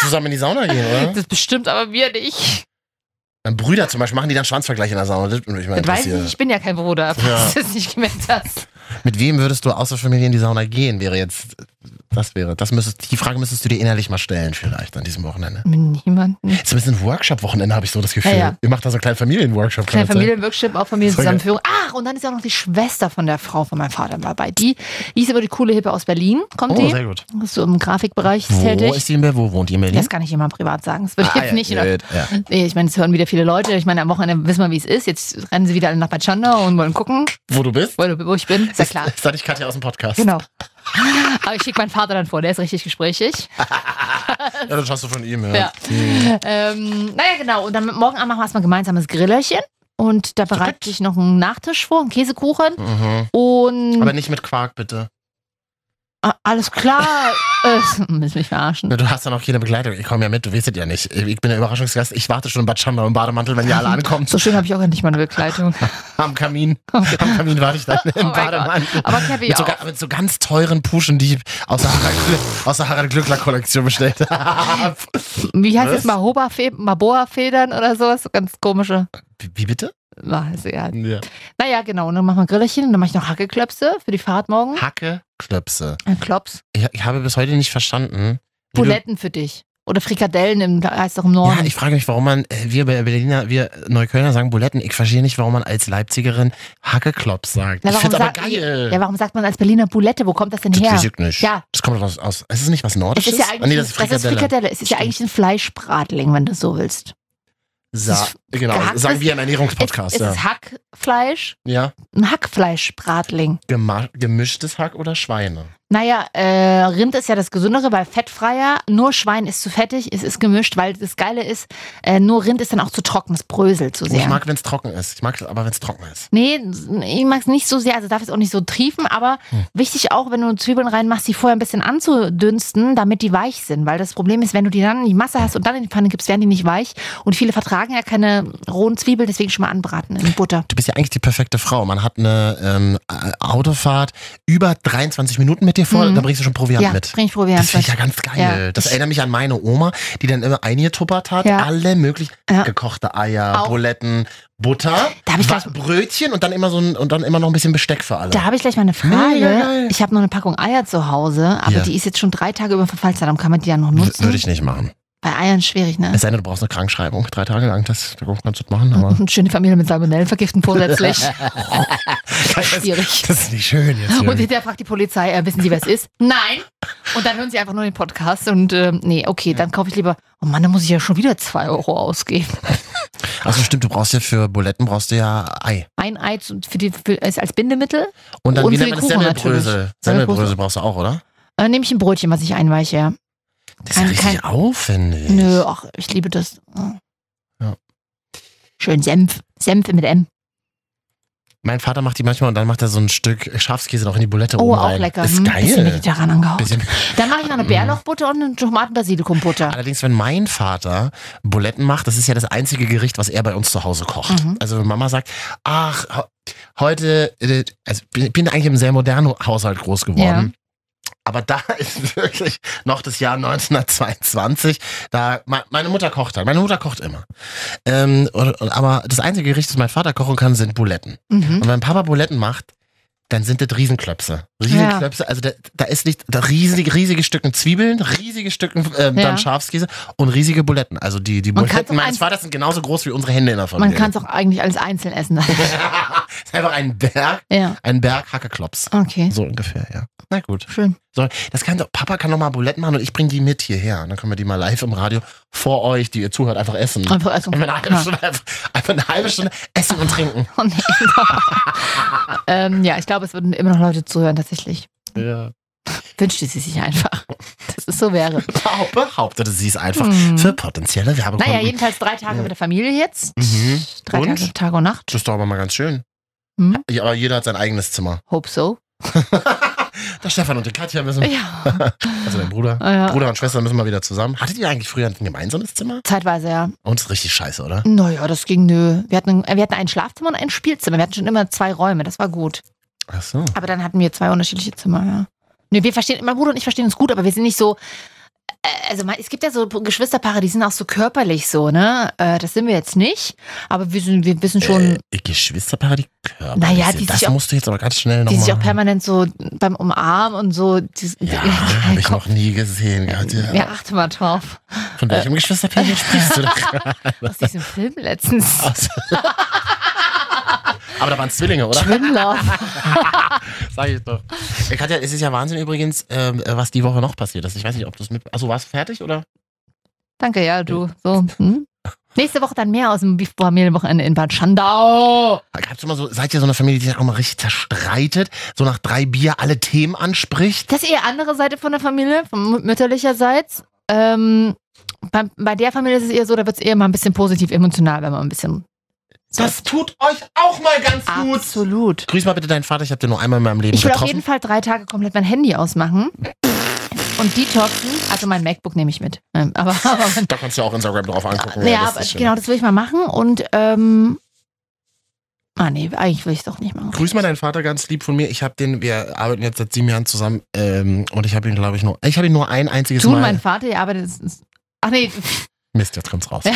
S2: zusammen in die Sauna gehen, oder?
S1: Das bestimmt aber wir nicht.
S2: Dann Brüder zum Beispiel machen die dann Schwanzvergleich in der Sauna. Das würde mich mal
S1: Das weiß ich
S2: interessieren.
S1: nicht. Ich bin ja kein Bruder.
S2: Ja.
S1: Das ist nicht gemerkt hast.
S2: Mit wem würdest du außer Familie in die Sauna gehen? Wäre jetzt, das wäre, das müsstest, die Frage müsstest du dir innerlich mal stellen, vielleicht an diesem [LAUGHS] Wochenende.
S1: Mit niemandem.
S2: Jetzt ein bisschen Workshop-Wochenende, habe ich so das Gefühl.
S1: Ja, ja.
S2: Ihr macht da so einen kleinen Familienworkshop. kann
S1: Kleine
S2: das sein?
S1: Familienworkshop, auch Familienzusammenführung. Ach, und dann ist ja auch noch die Schwester von der Frau von meinem Vater dabei. Die, die ist aber die coole Hippe aus Berlin. Kommt
S2: Oh,
S1: die?
S2: sehr gut.
S1: Ist so im Grafikbereich
S2: Wo
S1: tätig.
S2: ist die in Berlin? Wo wohnt die in Berlin?
S1: Das kann ich immer privat sagen. Das würde ich
S2: Ah,
S1: jetzt
S2: ja,
S1: nicht.
S2: gut, ja.
S1: Nee, ich meine, es hören wieder viele Leute. Ich meine, am Wochenende wissen wir, wie es ist. Jetzt rennen sie wieder alle nach Bad Schandau und wollen gucken,
S2: Wo du bist?
S1: wo, wo ich bin. Ist ja
S2: [LAUGHS]
S1: klar.
S2: Das, das hatte ich Katja aus dem Podcast.
S1: Genau. Aber ich schicke meinen Vater dann vor, der ist richtig gesprächig.
S2: Ja, das hast du von ihm, ja.
S1: Ja. Ähm, naja, genau. Und dann morgen Abend machen wir erstmal gemeinsames Grillerchen. Und da bereite ich noch einen Nachtisch vor, einen Käsekuchen.
S2: Mhm.
S1: Und
S2: Aber nicht mit Quark, bitte.
S1: Ah, alles [LAUGHS] klar. äh, willst mich verarschen?
S2: Na, Du hast ja noch keine Begleitung. Ich komme ja mit, du wisst es ja nicht. Ich bin der Überraschungsgast. Ich warte schon in Bad Schandau im Bademantel, wenn ihr
S1: [LAUGHS]
S2: alle ankommt.
S1: So schön habe ich auch nicht meine Begleitung.
S2: Am Kamin. Am Kamin warte
S1: [LAUGHS]
S2: ich dann im
S1: Oh mein
S2: Bademantel.
S1: Gott. Aber Cappy
S2: mit so,
S1: auch.
S2: ga- mit so ganz teuren Puschen, die ich aus der Harald, Glü- aus der Harald Glückler Kollektion bestellt [LAUGHS] habe.
S1: Wie heißt
S2: Was?
S1: das? Mahoba-Fe- Maboa-Federn oder sowas? So ganz komische.
S2: Wie, wie bitte?
S1: Also, ja.
S2: Ja.
S1: Naja, genau. Und dann machen wir Grillerchen. Und dann mache ich noch Hackeklöpse für die Fahrt morgen.
S2: Hacke, Klöpse.
S1: Ein Klops.
S2: Ich, ich habe bis heute nicht verstanden. wie du-
S1: Buletten für dich. Oder Frikadellen im, heißt doch im Norden.
S2: Ja, ich frage mich, warum man, äh, wir bei Berliner, wir Neuköllner sagen Buletten. Ich verstehe nicht, warum man als Leipzigerin Hackeklops sagt.
S1: Na,
S2: ich
S1: warum
S2: finde aber
S1: sagt-
S2: geil.
S1: ja, warum sagt man als Berliner Bulette? Wo kommt das denn
S2: das
S1: her?
S2: weiß ich nicht.
S1: Ja.
S2: Das kommt doch aus, aus. Ist es nicht was
S1: Es
S2: Nordisches?
S1: ist ja
S2: Ah,
S1: eigentlich,
S2: nee, das ist Frikadelle.
S1: Frikadelle. Es ist ja eigentlich ein Fleischbratling, wenn du so willst.
S2: Sa
S1: ist
S2: genau,
S1: gehacktes-
S2: sagen wir im
S1: es,
S2: Ernährungspodcast.
S1: es ist Hackfleisch,
S2: ja. ja.
S1: ein Hackfleischbratling.
S2: Gema gemischtes Hack oder Schweine?
S1: Naja, äh, Rind ist ja das Gesündere, weil fettfreier, nur Schwein ist zu fettig, es ist gemischt, weil das Geile ist, äh, nur Rind ist dann auch zu trocken, es bröselt zu
S2: Oh, ich
S1: sehr.
S2: mag, wenn es trocken ist. Ich mag es aber, wenn es trocken ist.
S1: Nee, ich mag es nicht so sehr, also darf es auch nicht so triefen, aber
S2: Hm.
S1: wichtig auch, wenn du Zwiebeln reinmachst, die vorher ein bisschen anzudünsten, damit die weich sind, weil das Problem ist, wenn du die dann in die Masse hast und dann in die Pfanne gibst, werden die nicht weich und viele vertragen ja keine rohen Zwiebeln, deswegen schon mal anbraten in Butter.
S2: Du bist ja eigentlich die perfekte Frau. Man hat eine ähm, Autofahrt über 23 Minuten mit dir vor,
S1: Mhm.
S2: da bringst du schon Proviant
S1: Ja,
S2: mit.
S1: bring ich probieren.
S2: Das finde ich ja ganz geil.
S1: Ja.
S2: Das erinnert mich an meine Oma, die dann immer eingetuppert hat,
S1: Ja.
S2: alle möglichen
S1: Ja.
S2: gekochte Eier,
S1: Auch.
S2: Buletten, Butter,
S1: Da hab ich
S2: Wa-
S1: gleich-
S2: Brötchen und dann immer so ein, und dann immer noch ein bisschen Besteck für alle.
S1: Da habe ich gleich mal eine Frage.
S2: Mega geil.
S1: Ich habe noch eine Packung Eier zu Hause, aber
S2: Ja.
S1: die ist jetzt schon drei Tage über Verfallsdatum. Kann man die ja noch
S2: W-
S1: nutzen?
S2: Würde ich nicht machen.
S1: Bei Eiern schwierig, ne?
S2: Es sei denn, du brauchst eine Krankschreibung. Drei Tage lang, das da kannst du das machen, aber. [LAUGHS]
S1: Eine [LAUGHS] schöne Familie mit Salmonellen vergiften vorsätzlich. [LAUGHS] schwierig.
S2: Das ist nicht schön jetzt.
S1: Und
S2: Hier.
S1: hinterher fragt die Polizei, äh, wissen Sie, wer es ist? Nein. Und dann hören sie einfach nur den Podcast und ähm, nee, okay, dann kaufe ich lieber, oh Mann, da muss ich ja schon wieder zwei Euro ausgeben.
S2: Also stimmt, du brauchst ja für Buletten brauchst du ja Ei.
S1: Ein Ei zu, für die, für, ist als Bindemittel.
S2: Und dann
S1: Und
S2: wie
S1: für
S2: nennt man
S1: den
S2: das
S1: Kuchen
S2: Semmelbrösel.
S1: natürlich.
S2: Semmelbrösel brauchst du auch, oder?
S1: Äh, Nehme ich ein Brötchen, was ich einweiche, ja.
S2: Das ist ja richtig aufwendig.
S1: Nö, ach, ich liebe das. Oh.
S2: Ja.
S1: Schön Senf. Senf mit M.
S2: Mein Vater macht die manchmal und dann macht er so ein Stück Schafskäse noch in die Bulette
S1: Oh,
S2: oben
S1: auch
S2: rein.
S1: lecker.
S2: Ist
S1: Hm, Bisschen
S2: geil.
S1: Milch daran angehauen.
S2: Bisschen- Mhm.
S1: Dann mache ich noch eine Bärlauchbutter und eine Tomaten-Basilikumbutter.
S2: Allerdings, wenn mein Vater Buletten macht, das ist ja das einzige Gericht, was er bei uns zu Hause kocht.
S1: Mhm.
S2: Also wenn Mama sagt, ach, ho- heute, äh, also bin, bin eigentlich im sehr modernen Haushalt groß geworden. Aber da [LAUGHS] ist wirklich noch das Jahr 1922. Da me- meine Mutter kocht halt. Meine Mutter kocht immer. Ähm, und, und, aber das einzige Gericht, das mein Vater kochen kann, sind Buletten.
S1: Mhm.
S2: Und wenn Papa Buletten macht, dann sind das Riesenklöpse. Riesenklöpse, also da, da ist nicht da riesige, riesige Stücken Zwiebeln, riesige Stücken ähm,
S1: Ja.
S2: dann Schafskäse und riesige Buletten. Also die, die
S1: Man kann's
S2: Buletten
S1: auch
S2: meines
S1: eins-
S2: Vaters sind genauso groß wie unsere Hände in der Familie.
S1: Man
S2: [LAUGHS]
S1: kann es auch eigentlich alles einzeln essen. [LAUGHS]
S2: ist einfach ein Berg,
S1: ja,
S2: ein Berg Hackeklops.
S1: okay.
S2: So ungefähr, ja. Na gut.
S1: Schön.
S2: So, das kann doch, Papa kann doch mal Buletten machen und ich bringe die mit hierher. Und dann können wir die mal live im Radio vor euch, die ihr zuhört, einfach essen.
S1: Einfach
S2: Einfach,
S1: also,
S2: eine, halbe Stunde, einfach, einfach eine halbe Stunde essen und trinken.
S1: Oh, nee. ähm, ja, ich glaube, es würden immer noch Leute zuhören, tatsächlich.
S2: Ja.
S1: Wünschte sie sich einfach, [LAUGHS] dass es so wäre.
S2: Bau- behauptete sie es einfach
S1: Hm.
S2: für potenzielle Werbekunden.
S1: Naja, jedenfalls drei Tage mit der Familie jetzt.
S2: Mhm.
S1: Drei
S2: Und?
S1: Tage, Tag und Nacht.
S2: das ist doch aber mal ganz schön.
S1: Hm?
S2: Ja, aber jeder hat sein eigenes Zimmer. [LAUGHS]
S1: Hope so.
S2: der Stefan und die Katja müssen,
S1: Ja.
S2: also dein Bruder,
S1: Ja.
S2: Bruder und Schwester müssen mal wieder zusammen. Hattet ihr eigentlich früher ein gemeinsames Zimmer?
S1: Zeitweise, ja.
S2: Und ist richtig scheiße, oder?
S1: Naja, das ging nö. Wir hatten, wir hatten ein Schlafzimmer und ein Spielzimmer. Wir hatten schon immer zwei Räume, das war gut.
S2: Ach so.
S1: Aber dann hatten wir zwei unterschiedliche Zimmer, ja. Nö, wir verstehen, mein Bruder und ich verstehen uns gut, aber wir sind nicht so. äh, Also mein- es gibt ja so Geschwisterpaare, die sind auch so körperlich so, ne? Äh, Das sind wir jetzt nicht, aber wir, sind, wir wissen schon,
S2: Äh, Geschwisterpaare, die Körper.
S1: Naja,
S2: sind.
S1: die
S2: das
S1: sich auch-
S2: musst du jetzt aber ganz schnell
S1: die sich auch
S2: nochmal.
S1: permanent so beim Umarmen und so. Die, [LAUGHS]
S2: Ja, habe ich noch nie gesehen.
S1: ja.
S2: Katja.
S1: ja, Äh. achte mal drauf.
S2: Von welchem Geschwisterpaar sprichst du da?
S1: Aus diesem Film
S2: [LAUGHS]
S1: letztens. [LAUGHS]
S2: Aus- aber da waren Zwillinge, oder?
S1: Twin Love.
S2: Sag ich doch. Äh, Katja, es ist ja Wahnsinn übrigens, ähm, äh, was die Woche noch passiert ist. Ich weiß nicht, ob du es mit. Achso, warst du fertig oder?
S1: Danke, ja, du. So, hm? Nächste Woche dann mehr aus dem Beef Familienwochenende in Bad Schandau.
S2: Gab's immer so, seid ihr so eine Familie, die sich auch mal richtig zerstreitet, so nach drei Bier alle Themen anspricht?
S1: Das ist eher andere Seite von der Familie, von mü- mütterlicherseits. Ähm, bei, bei der Familie ist es eher so, da wird es eher mal ein bisschen positiv emotional, wenn man ein bisschen.
S2: Das tut euch auch mal ganz gut.
S1: Absolut.
S2: Grüß mal bitte deinen Vater, ich habe den nur einmal in meinem Leben
S1: Ich will auf jeden
S2: getroffen.
S1: Fall drei Tage komplett mein Handy ausmachen und detoxen. Also mein MacBook nehme ich mit. Ähm, Aber, [LAUGHS] aber
S2: Da kannst du ja auch Instagram drauf angucken.
S1: ja,
S2: das
S1: aber,
S2: ist schön.
S1: genau, das will ich mal machen. Und ähm, ah nee, eigentlich will ich es doch nicht machen.
S2: Grüß mal deinen Vater ganz lieb von mir. Ich habe den, wir arbeiten jetzt seit sieben Jahren zusammen ähm, und ich habe ihn, glaube ich, nur, ich habe ihn nur ein einziges
S1: Tun,
S2: Mal.
S1: mein Vater, ja, aber das ist. Ach nee,
S2: Mist, jetzt kommt's raus.
S1: Ja.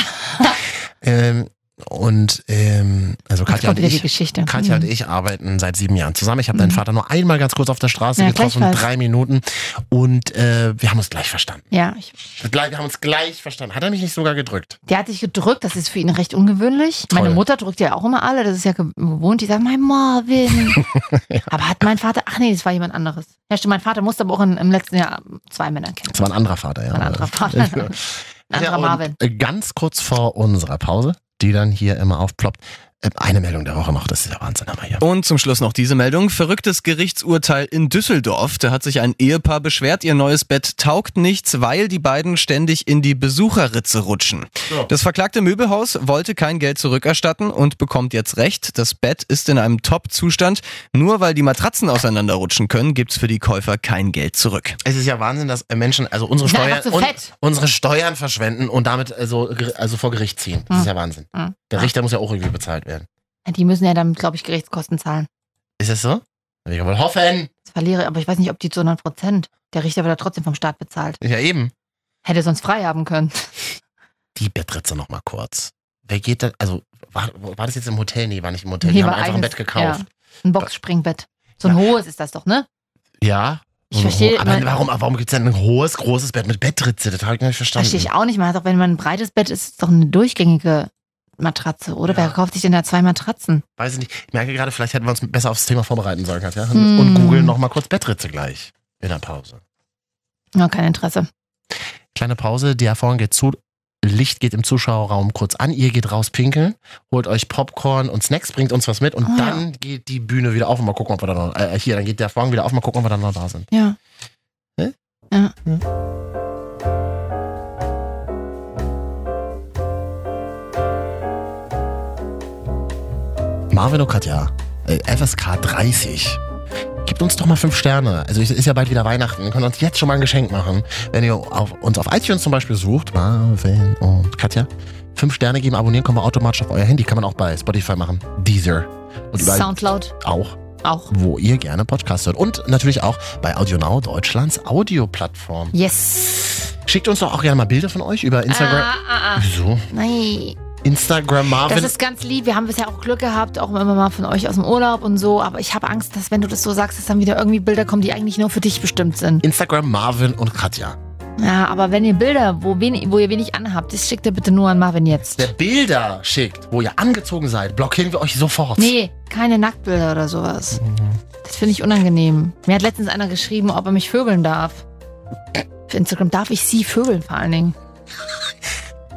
S2: [LAUGHS] ähm, und ähm, also Katja
S1: kommt
S2: und
S1: wieder die
S2: ich.
S1: Geschichte. Mhm.
S2: Katja und ich arbeiten seit sieben Jahren zusammen. Ich habe deinen Vater nur einmal ganz kurz auf der Straße
S1: Ja,
S2: getroffen,
S1: gleichfalls.
S2: drei Minuten. Und äh, wir haben uns gleich verstanden.
S1: Ja, ich
S2: Wir gle- wir haben uns gleich verstanden. Hat er mich nicht sogar gedrückt?
S1: Der hat sich gedrückt, das ist für ihn recht ungewöhnlich.
S2: Toll.
S1: Meine Mutter drückt ja auch immer alle, das ist ja ge- gewohnt. Die sagen, mein Marvin.
S2: [LAUGHS]
S1: Aber hat mein Vater, ach nee, das war jemand anderes. Ja, stimmt, mein Vater musste aber auch in, im letzten Jahr zwei Männer kennen.
S2: Das war ein anderer Vater, ja.
S1: Ein anderer [LAUGHS] Vater. Ein
S2: Ja,
S1: anderer
S2: und,
S1: Marvin.
S2: äh, Ganz kurz vor unserer Pause, die dann hier immer aufploppt. äh, Eine Meldung der Woche noch, das ist ja Wahnsinn, aber ja.
S11: Und zum Schluss noch diese Meldung. Verrücktes Gerichtsurteil in Düsseldorf. Da hat sich ein Ehepaar beschwert, ihr neues Bett taugt nichts, weil die beiden ständig in die Besucherritze rutschen. Das verklagte Möbelhaus wollte kein Geld zurückerstatten und bekommt jetzt Recht. Das Bett ist in einem Top-Zustand. Nur weil die Matratzen auseinanderrutschen können, gibt's für die Käufer kein Geld zurück.
S2: Es ist ja Wahnsinn, dass äh, Menschen also
S1: [LAUGHS]
S2: unsere
S1: Sind
S2: Steuern,
S1: einfach zu
S2: un-
S1: fett.
S2: unsere Steuern verschwenden und damit also, ger- also vor Gericht ziehen. Das
S1: Hm.
S2: ist ja Wahnsinn.
S1: Hm.
S2: Der Richter muss ja auch irgendwie bezahlt werden.
S1: Die müssen ja dann, glaube ich, Gerichtskosten zahlen.
S2: Ist das so? Ich wohl hoffen.
S1: Das verliere, aber ich weiß nicht, ob die zu 100 Prozent. Der Richter wird ja trotzdem vom Staat bezahlt.
S2: Ja, eben.
S1: Hätte sonst frei haben können.
S2: Die Bettritze noch mal kurz. Wer geht da, also war, war das jetzt im Hotel? Nee, war nicht im Hotel.
S1: Nee,
S2: Die haben
S1: war
S2: einfach ein
S1: eigenes-
S2: Bett gekauft.
S1: Ein Boxspringbett. So ein hohes ist das doch, ne?
S2: Ja.
S1: Ich verstehe
S2: Aber
S1: immer-
S2: warum, warum gibt es denn ein hohes, großes Bett mit Bettritze? Das habe ich noch nicht verstanden.
S1: Verstehe ich auch nicht. Man hat auch, wenn man ein breites Bett ist, ist es doch eine durchgängige Matratze, oder?
S2: Ja.
S1: Wer kauft sich denn da zwei Matratzen?
S2: Weiß ich nicht. Ich merke gerade, vielleicht hätten wir uns besser aufs Thema vorbereiten sollen. Katja.
S1: Hm.
S2: Und googeln noch mal kurz Bettritze gleich in der Pause.
S1: Ja, kein Interesse.
S2: Kleine Pause, der vorhin geht zu. Licht geht im Zuschauerraum kurz an, ihr geht raus pinkeln, holt euch Popcorn und Snacks, bringt uns was mit und
S1: Ah, ja.
S2: dann geht die Bühne wieder auf und mal gucken, ob wir da noch, äh, hier, dann geht der Vorhang wieder auf, mal gucken, ob wir dann noch da sind.
S1: Ja.
S2: Marvin und Katja, äh, FSK 30. Gebt uns doch mal fünf Sterne. Also es ist ja bald wieder Weihnachten. Wir können uns jetzt schon mal ein Geschenk machen. Wenn ihr auf, uns auf iTunes zum Beispiel sucht, Marvin und Katja, fünf Sterne geben, abonnieren, kommen wir automatisch auf euer Handy. Kann man auch bei Spotify machen. Deezer. Und überall
S1: Soundcloud.
S2: Auch.
S1: Auch.
S2: Wo ihr gerne Podcasts hört. Und natürlich auch bei AudioNow, Deutschlands Audioplattform.
S1: Yes.
S2: Schickt uns doch auch gerne mal Bilder von euch über Instagram.
S1: Ah, ah, ah.
S2: Wieso?
S1: Nein.
S2: Instagram Marvin.
S1: Das ist ganz lieb. Wir haben bisher auch Glück gehabt, auch immer mal von euch aus dem Urlaub und so. Aber ich habe Angst, dass wenn du das so sagst, dass dann wieder irgendwie Bilder kommen, die eigentlich nur für dich bestimmt sind.
S2: Instagram Marvin und Katja.
S1: Ja, aber wenn ihr Bilder, wo, wen, wo ihr wenig anhabt, das schickt ihr bitte nur an Marvin jetzt.
S2: Wer Bilder schickt, wo ihr angezogen seid, blockieren wir euch sofort.
S1: Nee, keine Nacktbilder oder sowas.
S2: Mhm.
S1: Das finde ich unangenehm. Mir hat letztens einer geschrieben, ob er mich vögeln darf. Für Instagram darf ich sie vögeln vor allen Dingen.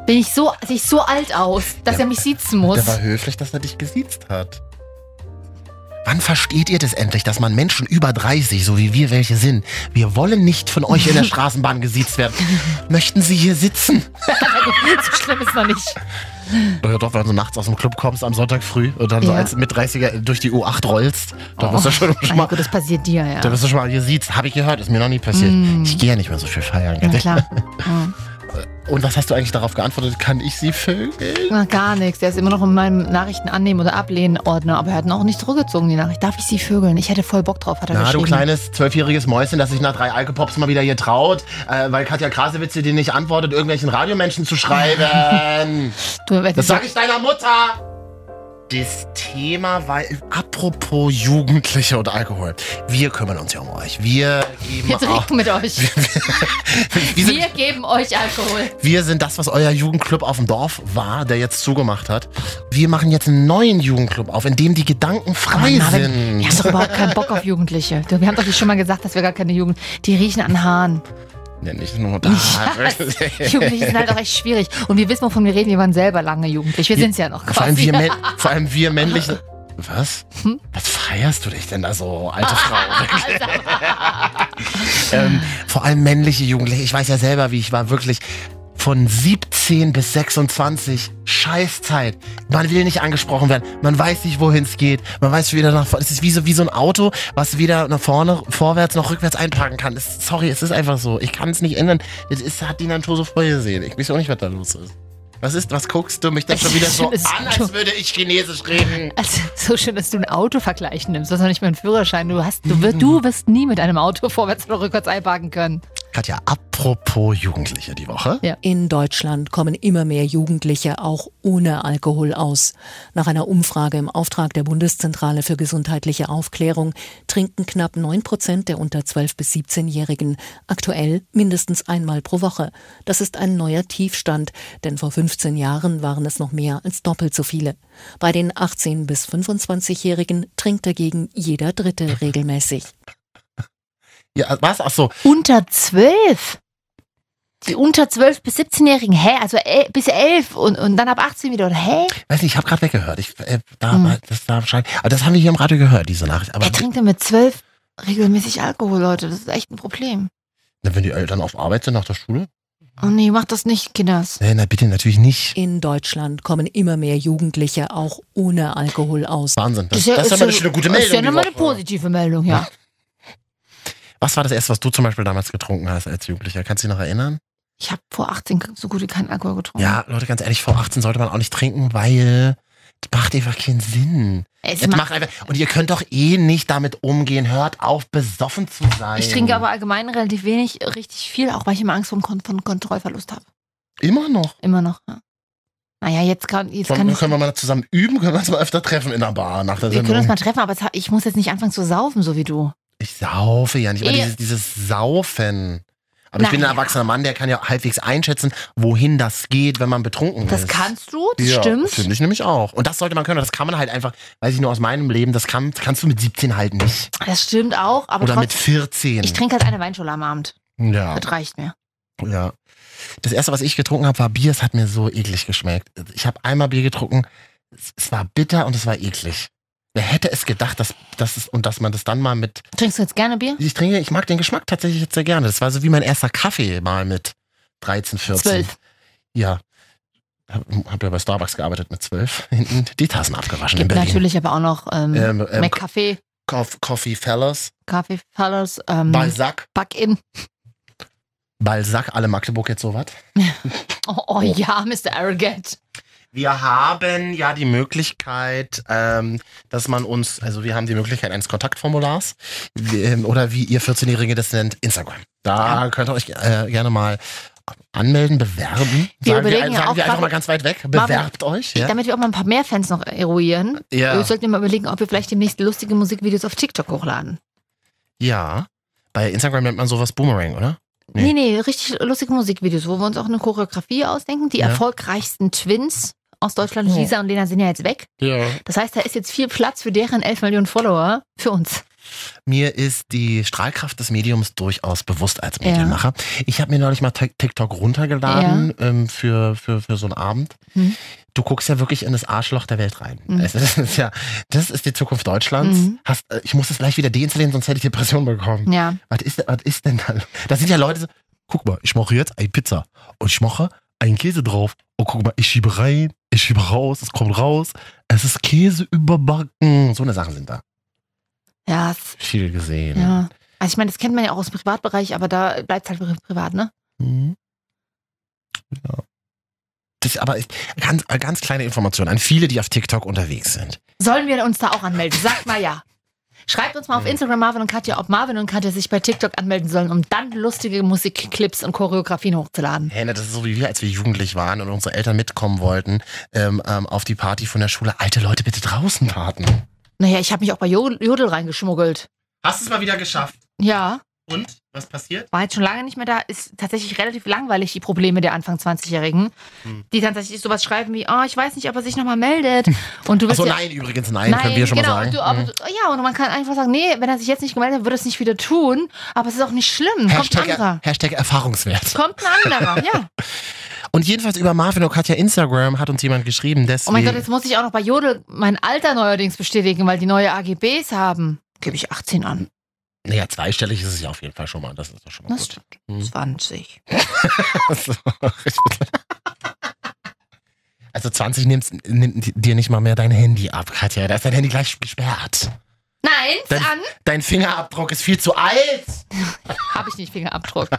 S1: Bin ich so, sehe ich so alt aus, dass
S2: Der-
S1: er mich siezen muss. [LAUGHS]
S2: Der war höflich, dass er dich gesiezt hat. Wann versteht ihr das endlich, dass man Menschen über 30, so wie wir welche sind, wir wollen nicht von euch
S1: [LAUGHS]
S2: in der Straßenbahn gesiezt werden. Möchten Sie hier sitzen?
S1: Also, so schlimm ist noch nicht.
S2: Doch, doch, wenn du nachts aus dem Club kommst am Sonntag früh und dann so
S1: Ja.
S2: als mit 30er durch die U8 rollst, dann
S1: Oh,
S2: bist du schon, schon
S1: mein
S2: mal,
S1: Gott, das passiert dir, ja.
S2: dann bist du schon mal gesiezt. Habe ich gehört, ist mir noch nie passiert.
S1: Mm.
S2: Ich gehe ja nicht mehr so viel feiern.
S1: Ja,
S2: gell?
S1: klar. Ja.
S2: Und was hast du eigentlich darauf geantwortet? Kann ich Sie vögeln?
S1: Na, gar nichts. Der ist immer noch in meinem Nachrichten annehmen oder ablehnen Ordner, aber er hat ihn auch nicht zurückgezogen, die Nachricht. Darf ich sie vögeln? Ich hätte voll Bock drauf, hat er
S2: Na, du
S1: geschrieben.
S2: kleines zwölfjähriges Mäuschen, das sich nach drei Alkopops mal wieder hier traut, äh, weil Katja Krasewitze dir nicht antwortet, irgendwelchen Radiomenschen
S1: [LAUGHS]
S2: zu schreiben.
S1: Du, wenn-
S2: das sag ich deiner Mutter. Das Thema war, apropos Jugendliche und Alkohol. Wir kümmern uns ja um euch. Wir geben
S1: Wir
S2: [LAUGHS]
S1: trinken mit euch.
S2: Wir sind-
S1: Wir geben euch Alkohol.
S2: Wir sind das, was euer Jugendclub auf dem Dorf war, der jetzt zugemacht hat. Wir machen jetzt einen neuen Jugendclub auf, in dem die Gedanken
S1: Oh
S2: frei sind.
S1: Wir haben doch überhaupt keinen Bock auf Jugendliche. Du, Wir haben doch schon mal gesagt, dass wir gar keine Jugend... Die riechen an
S2: [LAUGHS]
S1: Haaren.
S2: Ja, nicht nur da. [LAUGHS]
S1: Jugendliche sind halt auch echt schwierig. Und wir wissen, wovon wir reden. Wir waren selber lange jugendlich. Wir sind es ja noch
S2: vor, allem
S1: quasi. [LAUGHS]
S2: wir, Mä- vor allem wir [LAUGHS] männlichen. Was? Was feierst du dich denn da so, alte Frau? ähm, vor allem männliche Jugendliche. Ich weiß ja selber, wie ich war, wirklich. Von 17 bis 26, Scheißzeit. Man will nicht angesprochen werden. Man weiß nicht, wohin es geht. Man weiß wieder nach vorne. Es ist wie so, wie so ein Auto, was weder nach vorne, vorwärts noch rückwärts einparken kann. Es, sorry, es ist einfach so. Ich kann es nicht ändern. Das ist, hat die Natur so vorgesehen. Ich weiß auch nicht, was da los ist. Was ist, was guckst du mich denn schon wieder so
S1: Schönes
S2: an, als
S1: Auto.
S2: würde ich Chinesisch reden?
S1: Also, so schön, dass du ein Autovergleich nimmst. Du hast noch nicht mal einen Führerschein. Du, hast, du,
S2: Mhm.
S1: wirst, du wirst nie mit einem Auto vorwärts oder rückwärts einparken können.
S2: Katja, apropos Jugendliche die Woche.
S12: In Deutschland kommen immer mehr Jugendliche auch ohne Alkohol aus. Nach einer Umfrage im Auftrag der Bundeszentrale für gesundheitliche Aufklärung trinken knapp 9 Prozent der unter 12- bis 17-Jährigen aktuell mindestens einmal pro Woche. Das ist ein neuer Tiefstand, denn vor 15 Jahren waren es noch mehr als doppelt so viele. Bei den 18- bis 25-Jährigen trinkt dagegen jeder Dritte regelmäßig.
S2: Ja, was? Ach so.
S1: Unter zwölf? Die unter 12 bis 17-Jährigen, hä? Also el bis 11 und, und dann ab 18 wieder, oder hä?
S2: Weiß nicht, ich habe gerade weggehört. Ich, äh, da,
S1: Hm.
S2: war- das, da, scheint- aber das haben wir hier im Radio gehört, diese Nachricht. Aber
S1: Wer trinkt denn mit 12 regelmäßig Alkohol, Leute? Das ist echt ein Problem.
S2: na, wenn die Eltern auf Arbeit sind nach der Schule?
S1: Oh nee, macht das nicht, Kinders.
S2: Nee, na bitte natürlich nicht.
S12: In Deutschland kommen immer mehr Jugendliche auch ohne Alkohol aus.
S2: Wahnsinn. Das, das ist aber eine schöne gute
S1: Das ist ja
S2: Meldung. die
S1: nochmal eine
S2: Woche.
S1: positive Meldung, ja.
S2: Was war das erste, was du zum Beispiel damals getrunken hast als Jugendlicher? Kannst du dich noch erinnern?
S1: Ich habe vor 18 so gut wie keinen Alkohol getrunken.
S2: Ja, Leute, ganz ehrlich, vor 18 sollte man auch nicht trinken, weil das macht einfach keinen Sinn.
S1: Es
S2: das
S1: macht-
S2: macht einfach, und ihr könnt doch eh nicht damit umgehen. Hört auf, besoffen zu sein.
S1: Ich trinke aber allgemein relativ wenig, richtig viel, auch weil ich immer Angst vor Kon von Kontrollverlust habe.
S2: Immer noch.
S1: Immer noch. Ja. Naja, jetzt kann, jetzt kann
S2: Können,
S1: ich.
S2: können wir mal zusammen üben? Können wir uns mal öfter treffen in der Bar nach der
S1: Wir können uns
S2: Sendung?
S1: mal treffen, aber es ha- ich muss jetzt nicht anfangen zu saufen, so wie du.
S2: Ich saufe ja nicht, aber
S1: Eh.
S2: dieses, dieses Saufen. Aber ich bin ein
S1: Naja.
S2: erwachsener Mann, der kann ja halbwegs einschätzen, wohin das geht, wenn man betrunken
S1: Das
S2: ist.
S1: kannst du, das
S2: ja,
S1: stimmt.
S2: Finde ich nämlich auch. Und das sollte man können. Das kann man halt einfach, weiß ich nur aus meinem Leben, das kann, kannst du mit 17 halt nicht.
S1: Das stimmt auch, aber
S2: Oder mit
S1: trotzdem.
S2: 14.
S1: Ich trinke halt eine Weinschule am Abend.
S2: ja.
S1: Das reicht mir.
S2: Ja. Das erste, was ich getrunken habe, war Bier. Es hat mir so eklig geschmeckt. Ich habe einmal Bier getrunken. Es- Es war bitter und es war eklig. Wer hätte es gedacht, dass, dass es, und dass man das dann mal mit.
S1: Trinkst du jetzt gerne Bier?
S2: Ich trinke, ich mag den Geschmack tatsächlich jetzt sehr gerne. Das war so wie mein erster Kaffee mal mit 13, 14.
S1: Zwölf.
S2: Ja. hab, hab ja bei Starbucks gearbeitet mit zwölf, [LAUGHS] hinten die Tassen abgewaschen in
S1: Gibt
S2: Berlin.
S1: natürlich aber auch noch ähm,
S2: Ähm, ähm,
S1: McCafe,
S2: Coff- Coffee Fellas,
S1: Kaffee Fellas, ähm,
S2: Balzac,
S1: Back-In.
S2: Balzac, alle Magdeburg jetzt sowas.
S1: Oh, oh ja, Mr. Arrogant.
S2: Wir haben ja die Möglichkeit, ähm, dass man uns, also wir haben die Möglichkeit eines Kontaktformulars ähm, oder wie ihr 14-Jährige das nennt, Instagram. Da könnt ihr euch äh, gerne mal anmelden, bewerben.
S1: Wir
S2: sagen wir,
S1: überlegen ja
S2: sagen
S1: auch
S2: wir einfach
S1: gerade-
S2: mal ganz weit weg,
S1: Marvin,
S2: bewerbt euch.
S1: Ich-
S2: Ja?
S1: Damit wir auch mal ein paar mehr Fans noch eruieren.
S2: Ja.
S1: Wir sollten mal überlegen, ob wir vielleicht demnächst lustige Musikvideos auf TikTok hochladen.
S2: ja, bei Instagram nennt man sowas Boomerang, oder?
S1: Nee, nee, richtig lustige Musikvideos, wo wir uns auch eine Choreografie ausdenken. Die
S2: Ja.
S1: erfolgreichsten Twins aus Deutschland, Lisa und Lena, sind ja jetzt weg.
S2: Ja.
S1: Das heißt, da ist jetzt viel Platz für deren 11 Millionen Follower für uns.
S2: Mir ist die Strahlkraft des Mediums durchaus bewusst als
S1: Ja.
S2: Medienmacher. Ich habe mir neulich mal Tik- TikTok runtergeladen ähm, für, für, für so einen Abend.
S1: Hm.
S2: Du guckst ja wirklich in das Arschloch der Welt rein.
S1: Mhm.
S2: Es ist, [LAUGHS] es ist ja, das ist die Zukunft Deutschlands.
S1: Mhm.
S2: Hast, äh, ich muss es gleich wieder deinstallieren, sonst hätte ich Depression bekommen.
S1: Ja.
S2: Was, ist, was ist denn da? Da sind ja Leute so, guck mal, ich mache jetzt eine Pizza und ich mache einen Käse drauf. Und guck mal, ich schiebe rein, ich schiebe raus, es kommt raus. Es ist Käse überbacken. So eine Sachen sind da.
S1: Ja, es,
S2: Viel gesehen.
S1: ja. Also ich meine, das kennt man ja auch aus dem Privatbereich, aber da bleibt es halt privat, ne?
S2: Mhm. Ja. Das aber ist ganz, äh, ganz kleine Information an viele, die auf TikTok unterwegs sind.
S1: Sollen wir uns da auch anmelden? Sagt mal ja. Schreibt uns mal
S2: Hm.
S1: auf Instagram Marvin und Katja, ob Marvin und Katja sich bei TikTok anmelden sollen, um dann lustige Musikclips und Choreografien hochzuladen.
S2: Hey, ne, das ist so wie wir, als wir jugendlich waren und unsere Eltern mitkommen wollten ähm, ähm, auf die Party von der Schule. Alte Leute, bitte draußen warten.
S1: Naja, ich habe mich auch bei Jo- Jodel reingeschmuggelt.
S2: Hast du es mal wieder geschafft?
S1: Ja,
S2: Und? Was passiert?
S1: war jetzt schon lange nicht mehr da. Ist tatsächlich relativ langweilig, die Probleme der Anfang 20-Jährigen,
S2: Hm.
S1: die tatsächlich sowas schreiben wie, oh, ich weiß nicht, ob er sich nochmal meldet.
S2: [LAUGHS]
S1: Und du willst
S2: Achso,
S1: ja,
S2: nein, übrigens, nein, können wir schon
S1: genau,
S2: mal
S1: und
S2: sagen.
S1: Du, aber,
S2: Mhm.
S1: du- Ja, und man kann einfach sagen, nee, wenn er sich jetzt nicht gemeldet hat, würde es nicht wieder tun. Aber es ist auch nicht schlimm. Kommt ein
S2: Hashtag,
S1: anderer.
S2: Hashtag Erfahrungswert.
S1: Kommt ein anderer, ja.
S2: Und jedenfalls über Marvin und Katja Instagram hat uns jemand geschrieben, deswegen.
S1: Oh mein Gott, jetzt muss ich auch noch bei Jodel mein Alter neuerdings bestätigen, weil die neue AGBs haben. Gebe ich 18 an.
S2: naja, zweistellig ist es ja auf jeden Fall schon mal. Das ist doch schon mal
S1: Das
S2: gut.
S1: stimmt.
S2: Mhm.
S1: 20.
S2: So, Also, [LAUGHS] richtig. Also 20 nimmst, nimmt dir nicht mal mehr dein Handy ab, Katja. Da ist dein Handy gleich gesperrt.
S1: Nein,
S2: Dein,
S1: an
S2: dein Fingerabdruck ist viel zu alt.
S1: habe ich nicht Fingerabdruck.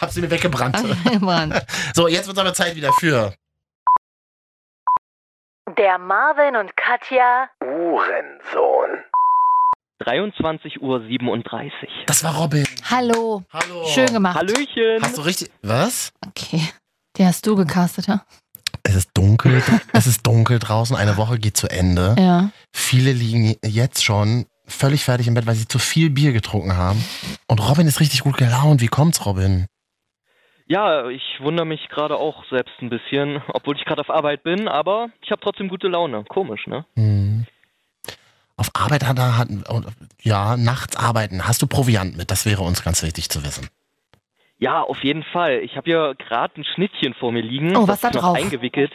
S2: Hab sie mir weggebrannt.
S1: [LAUGHS] Mann.
S2: So, jetzt wird aber Zeit wieder für.
S13: Der Marvin und Katja.
S14: Uhrensohn. 23.37 Uhr.
S2: Das war Robin.
S1: Hallo.
S2: Hallo.
S14: Oh.
S1: Schön gemacht.
S14: Hallöchen.
S2: Hast du richtig. Was?
S1: Okay. Den hast du gecastet, ja?
S2: Es ist dunkel. es ist dunkel draußen. Eine Woche geht zu Ende.
S1: Ja.
S2: Viele liegen jetzt schon völlig fertig im Bett, weil sie zu viel Bier getrunken haben. Und Robin ist richtig gut gelaunt. Wie kommt's, Robin?
S14: Ja, ich wundere mich gerade auch selbst ein bisschen, obwohl ich gerade auf Arbeit bin, aber ich habe trotzdem gute Laune. Komisch, ne?
S2: Mhm. Auf Arbeit hat er, hat, und, ja, nachts arbeiten. Hast du Proviant mit? Das wäre uns ganz wichtig zu wissen.
S14: Ja, auf jeden Fall. Ich habe hier gerade ein Schnittchen vor mir liegen.
S1: Oh, was
S14: Das
S1: da
S14: ist noch
S1: drauf?
S14: Eingewickelt,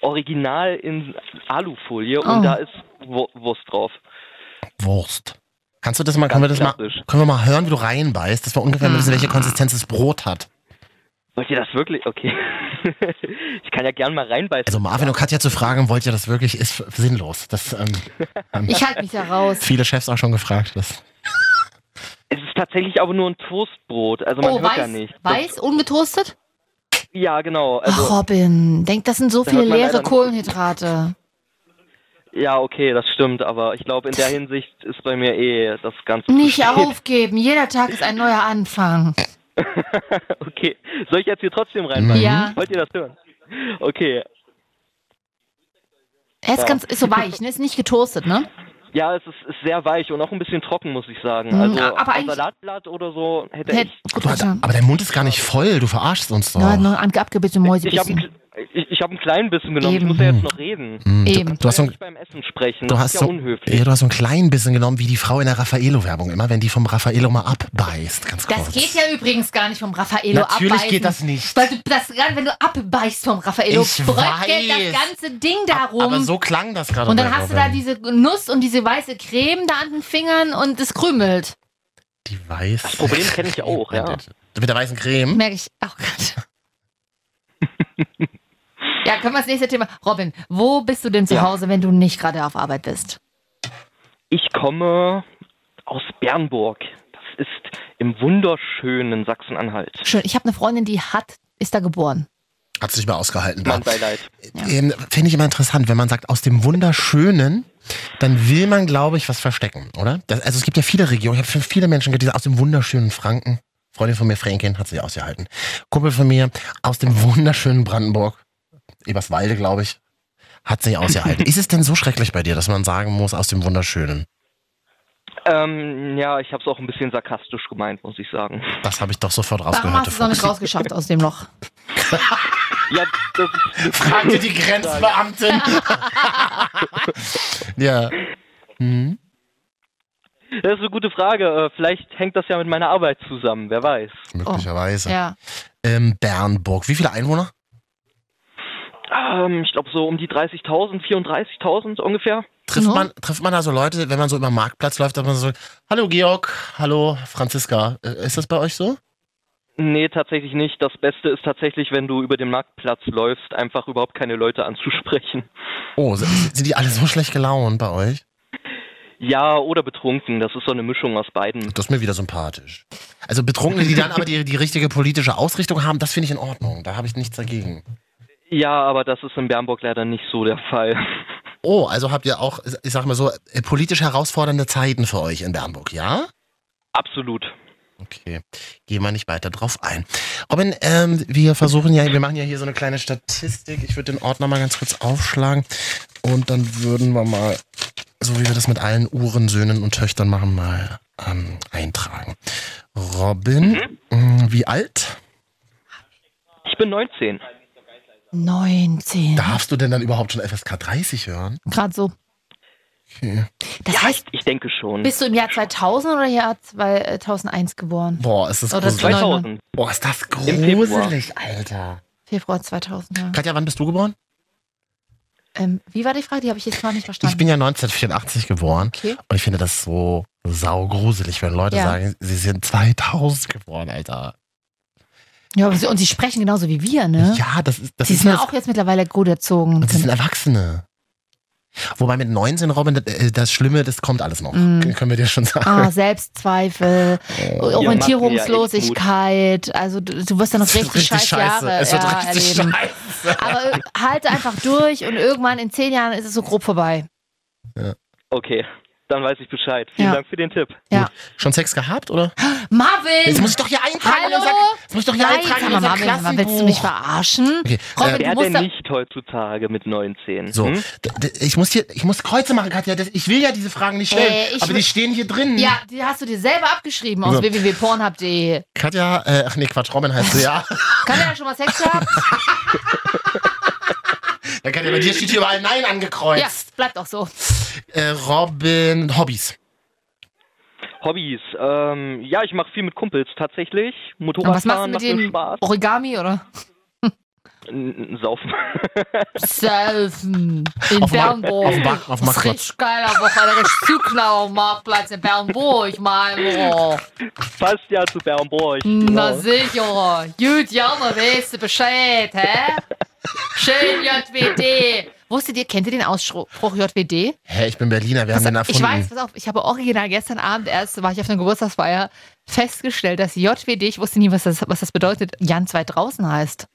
S14: original in Alufolie
S1: Oh.
S14: und da ist Wu- Wurst drauf.
S2: Wurst. Kannst du das mal, können wir das mal,
S14: klassisch.
S2: können wir mal hören, wie du reinbeißt, dass wir ungefähr wissen,
S14: [LAUGHS]
S2: welche Konsistenz das Brot hat?
S14: Wollt ihr das wirklich? Okay. [LAUGHS] ich kann ja gern mal reinbeißen.
S2: Also Marvin und Katja zu fragen, wollt ihr das wirklich, ist sinnlos. Das ähm, haben
S1: Ich halte mich da raus.
S2: viele Chefs auch schon gefragt. Das.
S14: Es ist tatsächlich aber nur ein Toastbrot, also [LAUGHS] man
S1: oh,
S14: hört
S1: weiß,
S14: ja nicht. Das-
S1: weiß, ungetoastet?
S14: Ja, genau. Also,
S1: Ach, Robin, denk, das sind so
S14: Da
S1: viele
S14: hört man leider
S1: leere
S14: nicht.
S1: Kohlenhydrate.
S14: Ja, okay, das stimmt, aber ich glaube, in der Hinsicht ist bei mir eh das Ganze. zu
S1: Nicht
S14: spät.
S1: aufgeben, jeder Tag ist ein neuer Anfang.
S14: [LAUGHS] Okay, soll ich jetzt hier trotzdem
S2: Hm. Mhm.
S14: reinmachen?
S1: Ja.
S14: Wollt ihr das hören? Okay.
S1: Er ist
S14: Ja.
S1: ganz, ist so weich, ne? Ist nicht getoastet, ne?
S14: Ja, es ist, ist sehr weich und auch ein bisschen trocken, muss ich sagen.
S1: Mhm,
S14: Also,
S1: aber
S14: auf
S1: eigentlich-
S14: Salatblatt oder so hätte
S1: Hätte-
S14: ich.
S1: Gut,
S2: Du hast, aber dein Mund ist gar nicht voll, du verarschst uns doch.
S1: Ja, noch ein abgebissene
S14: Ich habe
S1: Mäusebissen.
S14: einen, ich, ich hab einen kleinen Bissen
S1: Oh,
S14: genommen.
S1: Eben.
S14: Ich muss ja jetzt noch reden.
S2: Hm, du-
S1: Eben.
S2: du hast so ein-
S14: nicht beim Essen sprechen.
S2: Du
S14: das
S2: hast,
S14: ist ja
S2: so,
S14: unhöflich.
S2: ja, du hast so einen kleinen bisschen genommen, wie die Frau in der Raffaello-Werbung immer, wenn die vom Raffaello mal abbeißt. Ganz kurz.
S1: Das geht ja übrigens gar nicht vom Raffaello
S2: Natürlich
S1: abbeißen.
S2: geht das nicht.
S1: Weil du das, gerade wenn du abbeißt vom Raffaello,
S2: Ich
S1: bröckelt
S2: weiß.
S1: das ganze Ding darum.
S2: Aber so klang das gerade.
S1: und dann
S2: bei
S1: hast du
S2: Robin.
S1: da diese Nuss und diese weiße Creme da an den Fingern und es krümelt.
S2: Die weiß. Das
S14: Problem kenne ich auch, ja.
S2: Hm? [LAUGHS] Mit der weißen Creme.
S1: Merke ich. Oh Gott. Ja, können wir das nächste Thema. Robin, wo bist du denn zu
S14: Ja.
S1: Hause, wenn du nicht gerade auf Arbeit bist?
S14: Ich komme aus Bernburg. Das ist im wunderschönen Sachsen-Anhalt.
S1: Schön, ich habe eine Freundin, die hat, ist da geboren.
S2: Hat sich mal ausgehalten.
S14: Mein
S2: war.
S14: Beileid.
S2: Ähm, Finde ich immer interessant, wenn man sagt, aus dem Wunderschönen, dann will man, glaube ich, was verstecken, oder? Das, also es gibt ja viele Regionen, ich habe schon viele Menschen gehört, die sagen, aus dem wunderschönen Franken. Freundin von mir, Fränkin, hat sich ausgehalten. Kumpel von mir, aus dem wunderschönen Brandenburg, Eberswalde, glaube ich, hat sich
S1: [LAUGHS]
S2: ausgehalten. Ist es denn so schrecklich bei dir, dass man sagen muss, aus dem wunderschönen?
S14: Ähm, ja, ich habe es auch ein bisschen sarkastisch gemeint, muss ich sagen. [LAUGHS]
S2: Das habe ich doch sofort
S1: Warum
S2: rausgehört.
S1: hast du es noch nicht rausgeschafft aus dem
S2: [LAUGHS]
S1: Loch?
S14: Ja, das ist
S2: Fragte die Grenzbeamtin. [LAUGHS] ja. Hm.
S14: Das ist eine gute Frage. Äh, Vielleicht hängt das ja mit meiner Arbeit zusammen, wer weiß.
S2: Möglicherweise.
S14: Oh, ja.
S2: Ähm, Bernburg. Wie viele Einwohner?
S14: Ähm, ich glaube so um die 30.000, 34.000 ungefähr.
S2: Trifft man, trifft man da so Leute, wenn man so über den Marktplatz läuft, dass man so, hallo Georg, hallo Franziska. Äh, Ist das bei euch so?
S14: Nee, tatsächlich nicht. Das Beste ist tatsächlich, wenn du über den Marktplatz läufst, einfach überhaupt keine Leute anzusprechen. [LAUGHS]
S2: Oh, sind- sind die alle so schlecht gelaunt bei euch?
S14: Ja, oder betrunken. Das ist so eine Mischung aus beiden.
S2: Das ist mir wieder sympathisch. Also Betrunkene, die dann aber die, die richtige politische Ausrichtung haben, das finde ich in Ordnung. Da habe ich nichts dagegen.
S14: Ja, aber das ist in Bernburg leider nicht so der Fall. [LAUGHS]
S2: Oh, also habt ihr auch, ich sag mal so, äh, politisch herausfordernde Zeiten für euch in Bernburg, ja?
S14: Absolut.
S2: Okay, gehen wir nicht weiter drauf ein. Robin, ähm, wir versuchen ja, wir machen ja hier so eine kleine Statistik. Ich würde den Ordner mal ganz kurz aufschlagen und dann würden wir mal, so wie wir das mit allen Uhren, Söhnen und Töchtern machen, mal ähm, eintragen. Robin, mh, wie alt
S14: Ich bin 19.
S1: 19.
S2: darfst du denn dann überhaupt schon FSK 30 hören?
S1: Gerade so.
S2: Okay.
S1: Das heißt,
S14: Ich denke schon.
S1: bist du im Jahr 2000 oder Jahr 2001 geboren?
S2: Boah, ist das
S1: Oder
S2: gruselig.
S1: 2000.
S2: Boah, ist das
S1: Im Februar.
S2: gruselig, Alter.
S1: Februar 2000, ja.
S2: Katja, wann bist du geboren?
S1: Ähm, wie war die Frage? Die habe ich jetzt noch nicht verstanden.
S2: Ich bin ja 1984 geboren
S1: Okay.
S2: und ich finde das so saugruselig, wenn Leute
S1: Ja.
S2: sagen, sie sind 2000 geboren, Alter.
S1: ja, aber sie, und sie sprechen genauso wie wir, ne?
S2: Ja, das ist das
S1: sie
S2: ist
S1: sind
S2: das-
S1: ja auch jetzt mittlerweile gut erzogen.
S2: Das sind Erwachsene. Wobei mit 19, Robin, das, äh, das Schlimme, das kommt alles noch.
S1: Mm.
S2: K- Können wir dir schon
S1: Ah,
S2: [LAUGHS] sagen. [LAUGHS]
S1: Selbstzweifel, Orientierungslosigkeit. Also du, du wirst dann noch
S2: Es wird
S1: richtig,
S2: richtig
S1: scheiß
S2: scheiße.
S1: Jahre
S2: Es wird
S1: ja,
S2: richtig
S1: erleben. Aber äh, halte einfach durch und irgendwann in zehn Jahren ist es so grob vorbei.
S14: Okay, dann weiß ich Bescheid. Vielen
S1: Ja.
S14: Dank für den Tipp.
S1: Ja.
S2: Schon Sex gehabt, oder?
S1: Marvin!
S2: Jetzt muss ich doch hier eintragen in
S1: Hallo?
S2: unser- jetzt muss ich doch hier
S1: Nein,
S2: eintragen
S1: sag
S2: in
S1: mal,
S2: unser
S1: Marvin, Marvin, willst du
S2: Klassenbuch.
S1: mich verarschen?
S2: Okay,
S1: Robin,
S2: äh,
S1: du
S14: Wer
S1: musst
S14: denn
S1: da,
S14: nicht heutzutage mit 19?
S2: So,
S14: Hm?
S2: d- d- ich muss hier, ich muss Kreuze machen, Katja. Das, ich will ja diese Fragen nicht stellen,
S1: Äh, ich
S2: aber
S1: wü-
S2: die stehen hier drin.
S1: Ja, die hast du dir selber abgeschrieben aus
S2: So.
S1: www.pornhub.de.
S2: Katja, äh, ach nee, Quatsch, Robin heißt du
S1: [LAUGHS]
S2: ja.
S1: Kann der ja schon mal Sex
S2: [LAUGHS]
S1: gehabt?
S2: Ja, Katja, bei dir steht hier überall Nein angekreuzt.
S1: ja, bleibt auch so.
S2: Äh, Robin, Hobbys.
S14: Hobbys. Ähm, ja, ich mache viel mit Kumpels tatsächlich.
S1: Und was machst du
S14: Motorradfahren
S1: mit
S14: macht mir
S1: dem
S14: Spaß.
S1: Origami oder?
S14: N- n- Saufen. [LAUGHS]
S1: Surfen in
S2: Auf dem Markt-
S1: Bernburg.
S2: auf dem Markt-
S1: Das
S2: auf dem
S1: ist
S2: Marktplatz.
S1: richtig geiler Wochenende. Richtig Zugner auf dem Marktplatz in Bernburg, ich meine. Oh.
S14: Passt ja zu Bernburg.
S1: Na
S14: genau.
S1: sicher. Gut, Jana, weißt du Bescheid, hä? Schön JWD. Wusstet ihr, kennt ihr den Ausspruch JWD?
S2: Hä, ich bin Berliner, wir haben den
S1: Ich
S2: erfunden.
S1: weiß, pass auf, ich habe original gestern Abend erst, war ich auf einer Geburtstagsfeier, festgestellt, dass JWD, ich wusste nie, was das, was das bedeutet, Jan zwei draußen heißt.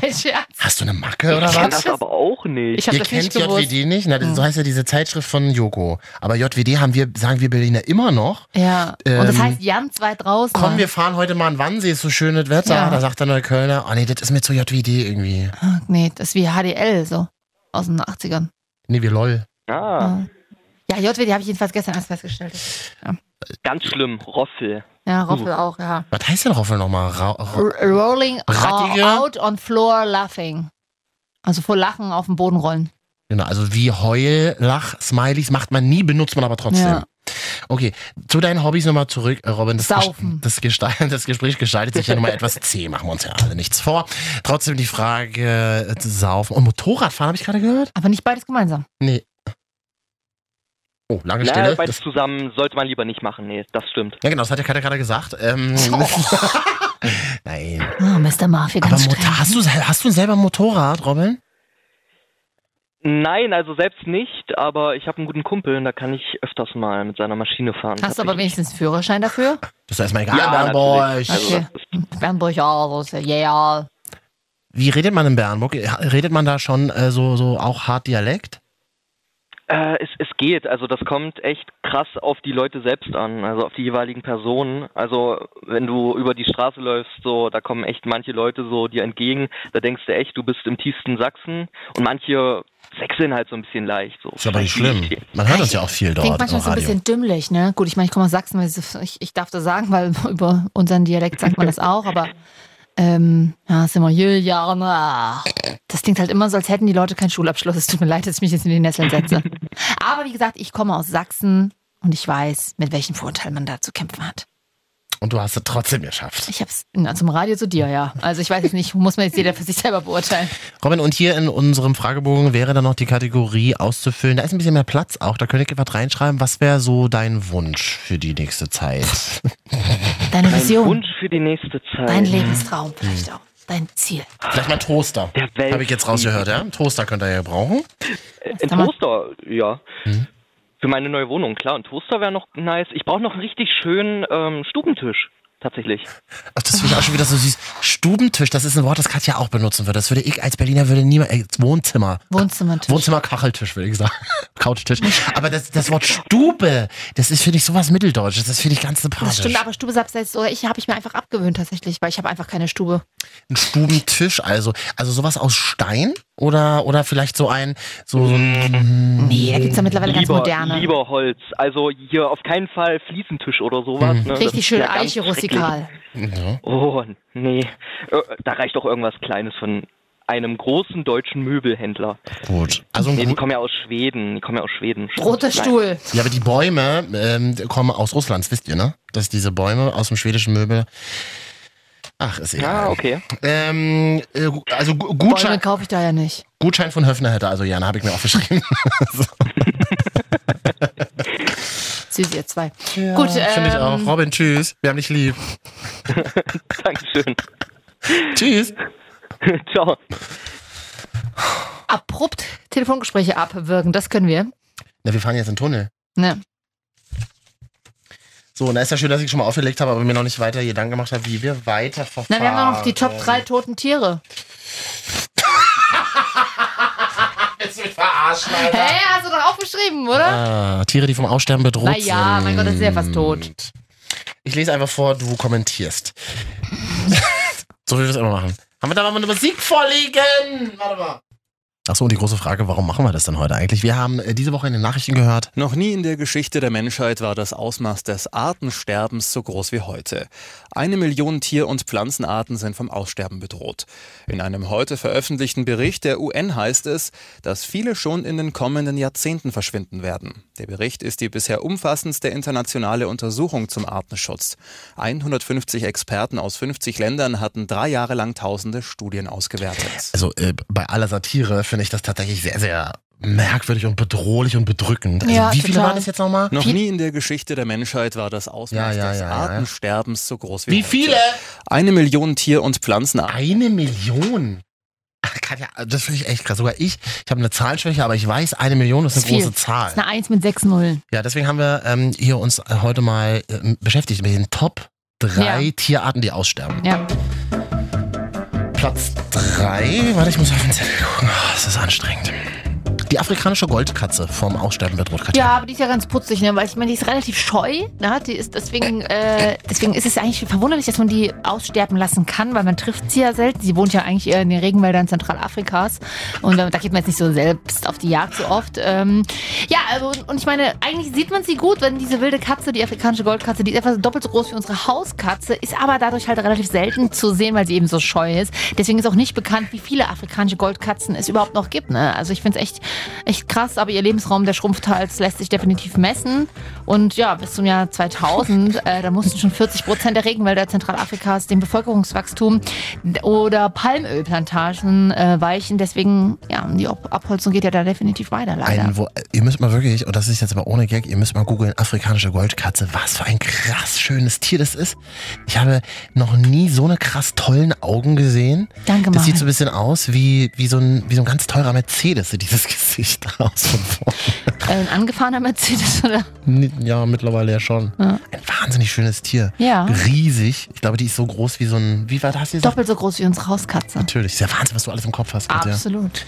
S1: Kein Scherz.
S2: Hast du eine Macke oder
S14: Ich kenn das
S2: was?
S14: aber auch nicht.
S1: Ich hab
S2: Ihr
S1: das
S2: kennt
S1: nicht gewusst. Hm.
S2: JWD nicht? Na, das- so heißt ja diese Zeitschrift von Joko. Aber JWD haben wir, sagen wir Berliner immer noch.
S1: Ja. Und das
S2: Ähm,
S1: heißt Jan zwei draußen.
S2: Komm, wir fahren heute mal an Wannsee, ist so schönes Wetter.
S1: Ja.
S2: Da sagt der Neuköllner, oh nee, das ist mir zu JWD irgendwie.
S1: Ah, Nee, das ist wie HDL, so. Aus den 80ern.
S2: Nee, wir lol.
S14: Ah,
S1: Ja, JWD habe ich jedenfalls gestern erst festgestellt.
S14: ganz schlimm. Roffel.
S1: Ja,
S2: Hm.
S1: Roffel
S14: Uh.
S1: auch, ja.
S2: Was heißt denn Roffel nochmal? Ra Ra
S1: R rolling uh,
S2: Rattige?
S1: out on floor laughing. Also vor Lachen auf den Boden rollen.
S2: genau, also wie Heul, Lach, Smileys macht man nie, benutzt man aber trotzdem.
S1: Ja.
S2: Okay, zu deinen Hobbys nochmal zurück, äh, Robin. Das,
S1: Saufen.
S2: das, Gestalt, das Gespräch gestaltet sich ja nochmal etwas zäh, machen wir uns ja alle nichts vor. Trotzdem die Frage äh, zu saufen. Und Motorradfahren habe ich gerade gehört?
S1: Aber nicht beides gemeinsam.
S2: Nee. Oh, lange
S14: Na,
S2: Stille.
S14: Beides
S2: Das,
S14: zusammen sollte man lieber nicht machen. Nee, das stimmt.
S2: ja, genau, das hat ja gerade gerade gesagt.
S1: [LAUGHS]
S2: Ähm, [LAUGHS] Nein.
S1: Oh, Mr. Murphy,
S2: Aber
S1: Oh. ganz
S2: Motor-
S1: streng.
S2: hast, du, hast du selber ein Motorrad, Robin?
S14: Nein, also selbst nicht, aber ich habe einen guten Kumpel und da kann ich öfters mal mit seiner Maschine fahren.
S1: Hast du aber wenigstens einen Führerschein dafür?
S2: Das ist erstmal egal,
S14: Ja,
S2: Bernburg.
S14: natürlich. Also,
S1: Okay. Bernburg, ja, das ist ja, yeah.
S2: Wie redet man in Bernburg? Redet man da schon äh, so, so auch hart Dialekt?
S14: Äh, es, es geht, also das kommt echt krass auf die Leute selbst an, also auf die jeweiligen Personen. Also wenn du über die Straße läufst, so da kommen echt manche Leute so dir entgegen, da denkst du echt, du bist im tiefsten Sachsen und manche sechseln halt so ein bisschen leicht. So.
S2: Ist aber nicht schlimm. Man hört das ja auch viel dort
S1: Klingt
S2: im
S1: manchmal so ein
S2: Radio.
S1: bisschen dümmlich, ne? Gut, ich meine, ich komme aus Sachsen, weil es- ich, ich darf das sagen, weil [LAUGHS] über unseren Dialekt sagt man das auch, aber ähm, ja, ist immer Juliana. Das klingt halt immer so, als hätten die Leute keinen Schulabschluss. Es tut mir leid, dass ich mich jetzt in die Nesseln setze. aber wie gesagt, ich komme aus Sachsen und ich weiß, mit welchen Vorurteilen man da zu kämpfen hat.
S2: Und du hast es trotzdem geschafft.
S1: Ich hab's na, zum Radio zu dir, ja. Also ich weiß es nicht, muss man jetzt jeder für sich selber beurteilen.
S2: Robin, und hier in unserem Fragebogen wäre dann noch die Kategorie auszufüllen. Da ist ein bisschen mehr Platz auch. Da könnt ihr was reinschreiben. Was wäre so dein Wunsch für die nächste Zeit? [LAUGHS]
S1: Deine Vision.
S14: Wunsch für die nächste Zeit.
S1: Dein Lebenstraum vielleicht auch. Dein Ziel.
S2: Vielleicht mal Toaster. Habe ich jetzt rausgehört, ja? Toaster könnt ihr ja brauchen.
S14: Ein Toaster, ja.
S2: Mhm.
S14: Für meine neue Wohnung, klar. Ein Toaster wäre noch nice. Ich brauche noch einen richtig schönen ähm, Stubentisch, tatsächlich.
S2: Ach, das finde ich auch schon wieder so süß. Stubentisch, das ist ein Wort, das Katja auch benutzen würde. Das würde ich als Berliner würde niemand. Äh, Wohnzimmer.
S1: Wohnzimmertisch.
S2: Wohnzimmer-Kacheltisch, würde ich sagen. [LAUGHS] Couchtisch. Aber das, das Wort Stube, das ist, finde ich, sowas Mitteldeutsches. Das finde ich ganz sympathisch.
S1: Das stimmt, aber Stube selbst heißt, oder ich habe ich mir einfach abgewöhnt tatsächlich, weil ich habe einfach keine Stube.
S2: Ein Stubentisch, also. Also sowas aus Stein oder, oder vielleicht so ein. So, so ein
S1: nee, da gibt's ja mittlerweile ganz
S14: lieber,
S1: moderne.
S14: Lieber Holz. Also hier auf keinen Fall Fliesentisch oder sowas. Ne? Das
S1: Mhm. Richtig
S14: ist
S1: schön
S14: ja ganz
S1: Eiche rustikal.
S2: schrecklich.
S14: Oh, nee. Äh, Da reicht doch irgendwas Kleines von einem großen deutschen Möbelhändler.
S2: Gut. Also ein
S14: Mm, nee, die
S2: gut-
S14: kommen ja aus Schweden. Die kommen ja aus Schweden.
S1: Mhm. Roter
S14: Nein.
S1: Stuhl.
S2: Ja, aber die Bäume ähm, die kommen aus Russland, wisst ihr, ne? Dass diese Bäume aus dem schwedischen Möbel. Ach, ist egal.
S14: Ah, okay. [LAUGHS]
S2: Ähm, äh, gu- also gu-
S1: Bäume
S2: Gutschein,
S1: kaufe ich da ja nicht.
S2: Gutschein von Höfner hätte also Jana, habe ich mir aufgeschrieben. so.
S1: Süß, ihr zwei. [LAUGHS] Gut, ähm,
S2: Finde ich auch. Robin, tschüss. Wir haben dich lieb.
S14: Dankeschön. [LAUGHS]
S2: tschüss.
S14: Ciao.
S1: abrupt Telefongespräche abwirken, das können wir.
S2: Na, wir fahren jetzt in den Tunnel.
S1: Ne.
S2: So, und da ist ja schön, dass ich schon mal aufgelegt habe, aber mir noch nicht weiter Gedanken gemacht habe, wie wir weiterverfahren.
S1: Na, wir haben
S14: Ah,
S1: ja noch die Top 3 toten Tiere.
S2: Jetzt mich verarschen,
S1: Hä,
S2: Alter.
S1: hey, hast du doch aufgeschrieben, oder?
S2: Ah, Tiere, die vom Aussterben bedroht
S1: Na ja,
S2: sind.
S1: mein Gott, das ist ja fast tot.
S2: Ich lese einfach vor, du kommentierst. [LAUGHS] so wie wir es immer machen. Haben wir da mal eine Musik vorliegen? Warte mal. Achso, und die große Frage, warum machen wir das denn heute eigentlich? Wir haben äh, diese Woche in den Nachrichten gehört.
S15: Noch nie in der Geschichte der Menschheit war das Ausmaß des Artensterbens so groß wie heute. Eine Million Tier- und Pflanzenarten sind vom Aussterben bedroht. In einem heute veröffentlichten Bericht der UN heißt es, dass viele schon in den kommenden Jahrzehnten verschwinden werden. Der Bericht ist die bisher umfassendste internationale Untersuchung zum Artenschutz. 150 Experten aus 50 Ländern hatten drei Jahre lang tausende Studien ausgewertet.
S2: Also äh, bei aller Satire finde ich das tatsächlich sehr, sehr merkwürdig und bedrohlich und bedrückend. Also, wie viele waren das jetzt nochmal?
S15: Noch nie in der Geschichte der Menschheit war das Ausmaß
S2: Ja, ja,
S15: des
S2: ja, ja, ja.
S15: Artensterbens so groß wie
S2: Wie
S15: heute.
S2: viele?
S15: Eine Million Tier- und Pflanzenarten.
S2: Eine Million? Ach, Katja, das finde ich echt krass. Sogar ich, ich habe eine Zahlenschwäche, aber ich weiß, eine Million ist eine
S1: viel.
S2: große Zahl.
S1: Das ist eine 1 mit 6 Nullen.
S2: Ja, deswegen haben wir ähm, hier uns heute mal ähm, beschäftigt mit den Top 3
S1: Ja.
S2: Tierarten, die aussterben.
S1: Ja.
S2: Platz 3, warte, ich muss auf den Zettel gucken. Oh, das ist anstrengend. Die afrikanische Goldkatze vom Aussterben bedroht. Katja.
S1: Ja, aber die ist ja ganz putzig, ne? weil ich meine, die ist relativ scheu. Ne? Die ist deswegen, äh, deswegen ist es eigentlich verwunderlich, dass man die aussterben lassen kann, weil man trifft sie ja selten. Sie wohnt ja eigentlich eher in den Regenwäldern Zentralafrikas und äh, da geht man jetzt nicht so selbst auf die Jagd so oft. Ähm, ja, also und ich meine, eigentlich sieht man sie gut, wenn diese wilde Katze, die afrikanische Goldkatze, die ist etwa doppelt so groß wie unsere Hauskatze, ist aber dadurch halt relativ selten zu sehen, weil sie eben so scheu ist. Deswegen ist auch nicht bekannt, wie viele afrikanische Goldkatzen es überhaupt noch gibt. Ne? Also ich finde es echt echt krass, aber ihr Lebensraum, der schrumpft halt, lässt sich definitiv messen. Und ja, bis zum Jahr 2000, äh, da mussten schon 40 Prozent der Regenwälder Zentralafrikas dem Bevölkerungswachstum oder Palmölplantagen äh, weichen. Deswegen, ja, um die Ab Abholzung geht ja da definitiv weiter, leider.
S2: Ein, wo, ihr müsst mal wirklich, und das ist jetzt aber ohne Gag, ihr müsst mal googeln, afrikanische Goldkatze, was für ein krass schönes Tier das ist. Ich habe noch nie so eine krass tollen Augen gesehen.
S1: Danke,
S2: Das
S1: Mann.
S2: sieht so ein bisschen aus wie, wie, so, ein, wie so ein ganz teurer Mercedes, sieht dieses [LAUGHS] Gesicht aus von vorne.
S1: Äh, ein angefahrener Mercedes, oder?
S2: Ja, mittlerweile ja schon.
S1: Ja.
S2: Ein wahnsinnig schönes Tier.
S1: Ja.
S2: Riesig. Ich glaube, die ist so groß wie so ein, wie war das hier?
S1: Doppelt so groß wie unsere Hauskatze.
S2: Natürlich, ist ja Wahnsinn, was du alles im Kopf hast. Katja.
S1: Absolut.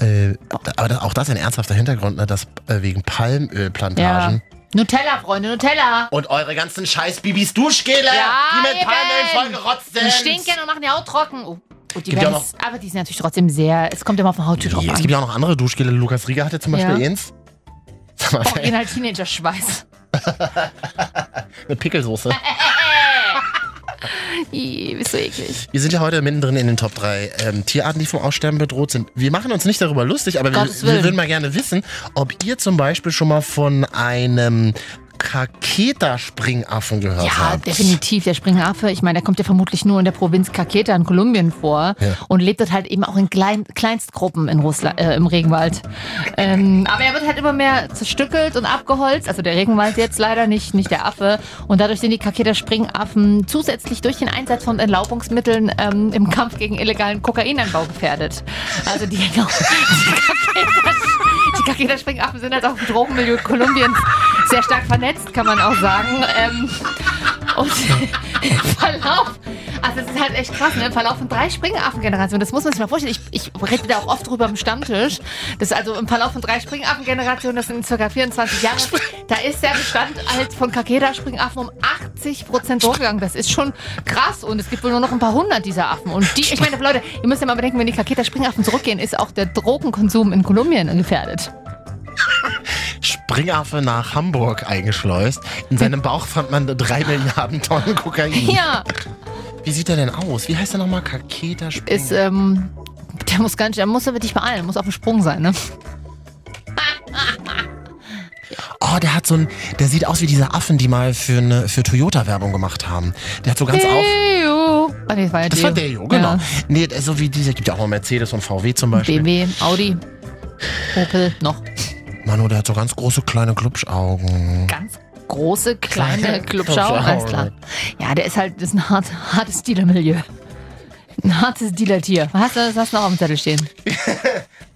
S2: Äh, aber das, auch das ist ein ernsthafter Hintergrund, ne, dass äh, wegen Palmölplantagen.
S1: Ja. Nutella, Freunde, Nutella.
S2: Und eure ganzen scheiß Bibis Duschgele, die mit
S1: eben.
S2: Palmöl vollgerotzt sind.
S1: Die stinken und machen die Haut trocken. Oh. Und die
S2: Gibt ja
S1: werden
S2: auch
S1: es, aber die sind natürlich trotzdem sehr, es kommt immer auf den Hauttyp drauf
S2: Nee,
S1: an.
S2: es gibt ja auch noch andere Duschgele. Lukas Rieger hatte zum Beispiel
S1: Ja.
S2: eins. Sag mal,
S1: Original halt
S2: [LAUGHS]
S1: Teenager-Schweiß.
S2: mit Pickelsauce.
S1: [LAUGHS] Ih, bist du eklig.
S2: Wir sind ja heute mittendrin in den Top 3 ähm, Tierarten, die vom Aussterben bedroht sind. Wir machen uns nicht darüber lustig, aber wir,
S1: Gottes
S2: wir
S1: Willen.
S2: würden mal gerne wissen, ob ihr zum Beispiel schon mal von einem Kaketa-Springaffen gehört
S1: Ja,
S2: habt.
S1: definitiv. Der Springaffe, ich meine, der kommt ja vermutlich nur in der Provinz Kaketa in Kolumbien vor
S2: Ja.
S1: und lebt dort halt eben auch in klein, Kleinstgruppen in Russland, äh, im Regenwald. Ähm, aber er wird halt immer mehr zerstückelt und abgeholzt. Also der Regenwald jetzt leider nicht, nicht der Affe. Und dadurch sind die Kaketa-Springaffen zusätzlich durch den Einsatz von Entlaubungsmitteln ähm, im Kampf gegen illegalen Kokainanbau gefährdet. Also die, [LAUGHS] die Kaketa- die Kaketa-Springaffen sind halt auch im Drogenmilieu Kolumbiens sehr stark vernetzt, kann man auch sagen. Ähm, und [LAUGHS] im Verlauf, also es ist halt echt krass, ne? im Verlauf von drei Springaffengenerationen, das muss man sich mal vorstellen, ich, ich rede da auch oft drüber im Stammtisch, dass also im Verlauf von drei Springaffengenerationen, das sind circa 24 Jahre, da ist der Bestand halt von Kakeda-Springaffen um 80 Prozent hochgegangen. Das ist schon krass und es gibt wohl nur noch ein paar hundert dieser Affen. Und die, ich meine, Leute, ihr müsst ja mal bedenken, wenn die Kakeda-Springaffen zurückgehen, ist auch der Drogenkonsum in Kolumbien gefährdet.
S2: Springaffe nach Hamburg eingeschleust. In seinem Bauch fand man drei Milliarden Tonnen Kokain.
S1: [LAUGHS] Ja,
S2: Wie sieht er denn aus? Wie heißt er nochmal? Kaketa-Spring?
S1: ist, ähm, der muss ganz, der muss aber dich beeilen, der muss auf dem Sprung sein, ne?
S2: Oh, der hat so ein, der sieht aus wie diese Affen, die mal für eine, für Toyota Werbung gemacht haben. Der hat so ganz auf.
S1: Deo. Ah, nee, das war ja
S2: Das
S1: Deo.
S2: war der Jo, genau.
S1: Ja.
S2: Nee, so wie dieser gibt ja auch noch Mercedes und VW zum Beispiel. Hm.
S1: BMW, Audi, Opel, noch
S2: Manu, der hat so ganz große kleine Glubschaugen.
S1: ganz große, kleine
S2: Kleine
S1: Clubschau, alles klar. Ja, der ist halt, das ist ein hart, hartes Dealermilieu. Ein hartes Dealertier. Hast du das hast du noch auf dem Zettel stehen?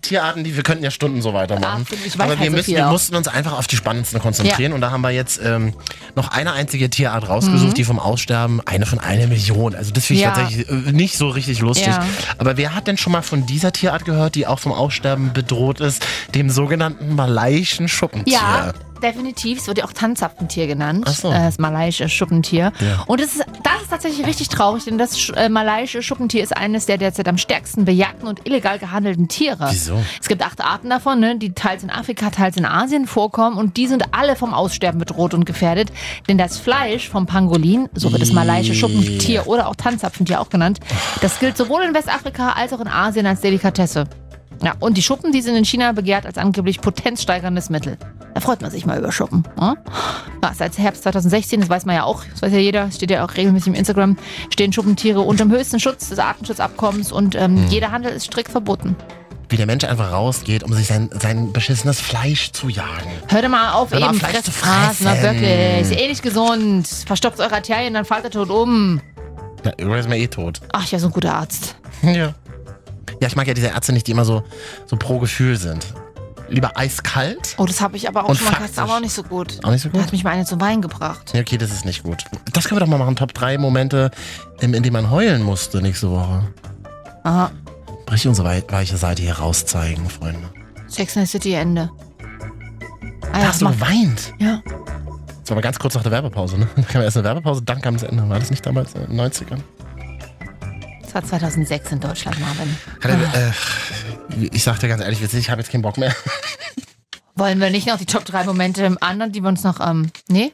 S2: Tierarten, die wir könnten ja Stunden so weitermachen.
S1: Absolut, ich weiß
S2: Aber wir,
S1: halt so
S2: müssen,
S1: viel
S2: wir
S1: auch.
S2: mussten uns einfach auf die spannendsten konzentrieren. Und da haben wir jetzt ähm, noch eine einzige Tierart rausgesucht,
S1: Mhm.
S2: die vom Aussterben eine von einer Million. Also das finde ich
S1: Ja.
S2: tatsächlich äh, nicht so richtig lustig.
S1: Ja.
S2: Aber wer hat denn schon mal von dieser Tierart gehört, die auch vom Aussterben bedroht ist? Dem sogenannten malaiischen Schuppentier.
S1: Ja, definitiv. Es wird ja auch Tanzapfentier genannt.
S2: Ach so.
S1: Äh, Das malaiische Schuppentier.
S2: Ja.
S1: Und das ist, das ist tatsächlich richtig traurig, denn das Sch- äh, malaiische Schuppentier ist eines der derzeit am stärksten bejagten und illegal gehandelten Tiere.
S2: Wieso?
S1: Es gibt acht Arten davon, ne, die teils in Afrika, teils in Asien vorkommen und die sind alle vom Aussterben bedroht und gefährdet, denn das Fleisch vom Pangolin, so wird das malaiische Schuppentier oder auch Tanzapfentier auch genannt, das gilt sowohl in Westafrika als auch in Asien als Delikatesse. Ja, und die Schuppen, die sind in China begehrt als angeblich potenzsteigerndes Mittel. Da freut man sich mal über Schuppen. Ne? Ja, seit Herbst 2016, das weiß man ja auch, das weiß ja jeder, steht ja auch regelmäßig im Instagram, stehen Schuppentiere unter dem höchsten Schutz des Artenschutzabkommens und ähm,
S2: Hm.
S1: jeder Handel ist strikt verboten.
S2: Wie der Mensch einfach rausgeht, um sich sein, sein beschissenes Fleisch zu jagen.
S1: Hört doch mal auf,
S2: Hör mal
S1: eben
S2: auf, Fleisch zu fressen.
S1: Na wirklich, ist eh nicht gesund. Verstopft eure Arterien, dann fallt ihr tot um.
S2: Ja, irgendwann ist man eh tot.
S1: Ach, ich wäre so ein guter Arzt.
S2: Ja. Ja, ich mag ja diese Ärzte nicht, die immer so, so pro Gefühl sind. Lieber eiskalt.
S1: Oh, das habe ich aber auch
S2: Und
S1: schon mal
S2: faktisch.
S1: gehabt, aber auch nicht so gut.
S2: Auch nicht so gut?
S1: Da hat mich mal eine zum Wein gebracht.
S2: Ja, okay, das ist nicht gut. Das können wir doch mal machen. Top 3 Momente, ähm, in, in denen man heulen musste nächste Woche.
S1: Aha,
S2: Brich unsere wei- weiche Seite hier rauszeigen, Freunde.
S1: Sex in the City Ende. Ah,
S2: Da hast du
S1: mach-
S2: geweint.
S1: Ja.
S2: Das war aber ganz kurz nach der Werbepause, ne? [LAUGHS] Da kam erst eine Werbepause, dann kam das Ende. War das nicht damals äh, in den 90ern?
S1: Das war 2006 in Deutschland, Marvin.
S2: Hat er, äh, ich sag dir ganz ehrlich, wie es ist, ich habe jetzt keinen Bock mehr.
S1: Wollen wir nicht noch die Top 3 Momente im anderen, die wir uns noch. Ähm, nee?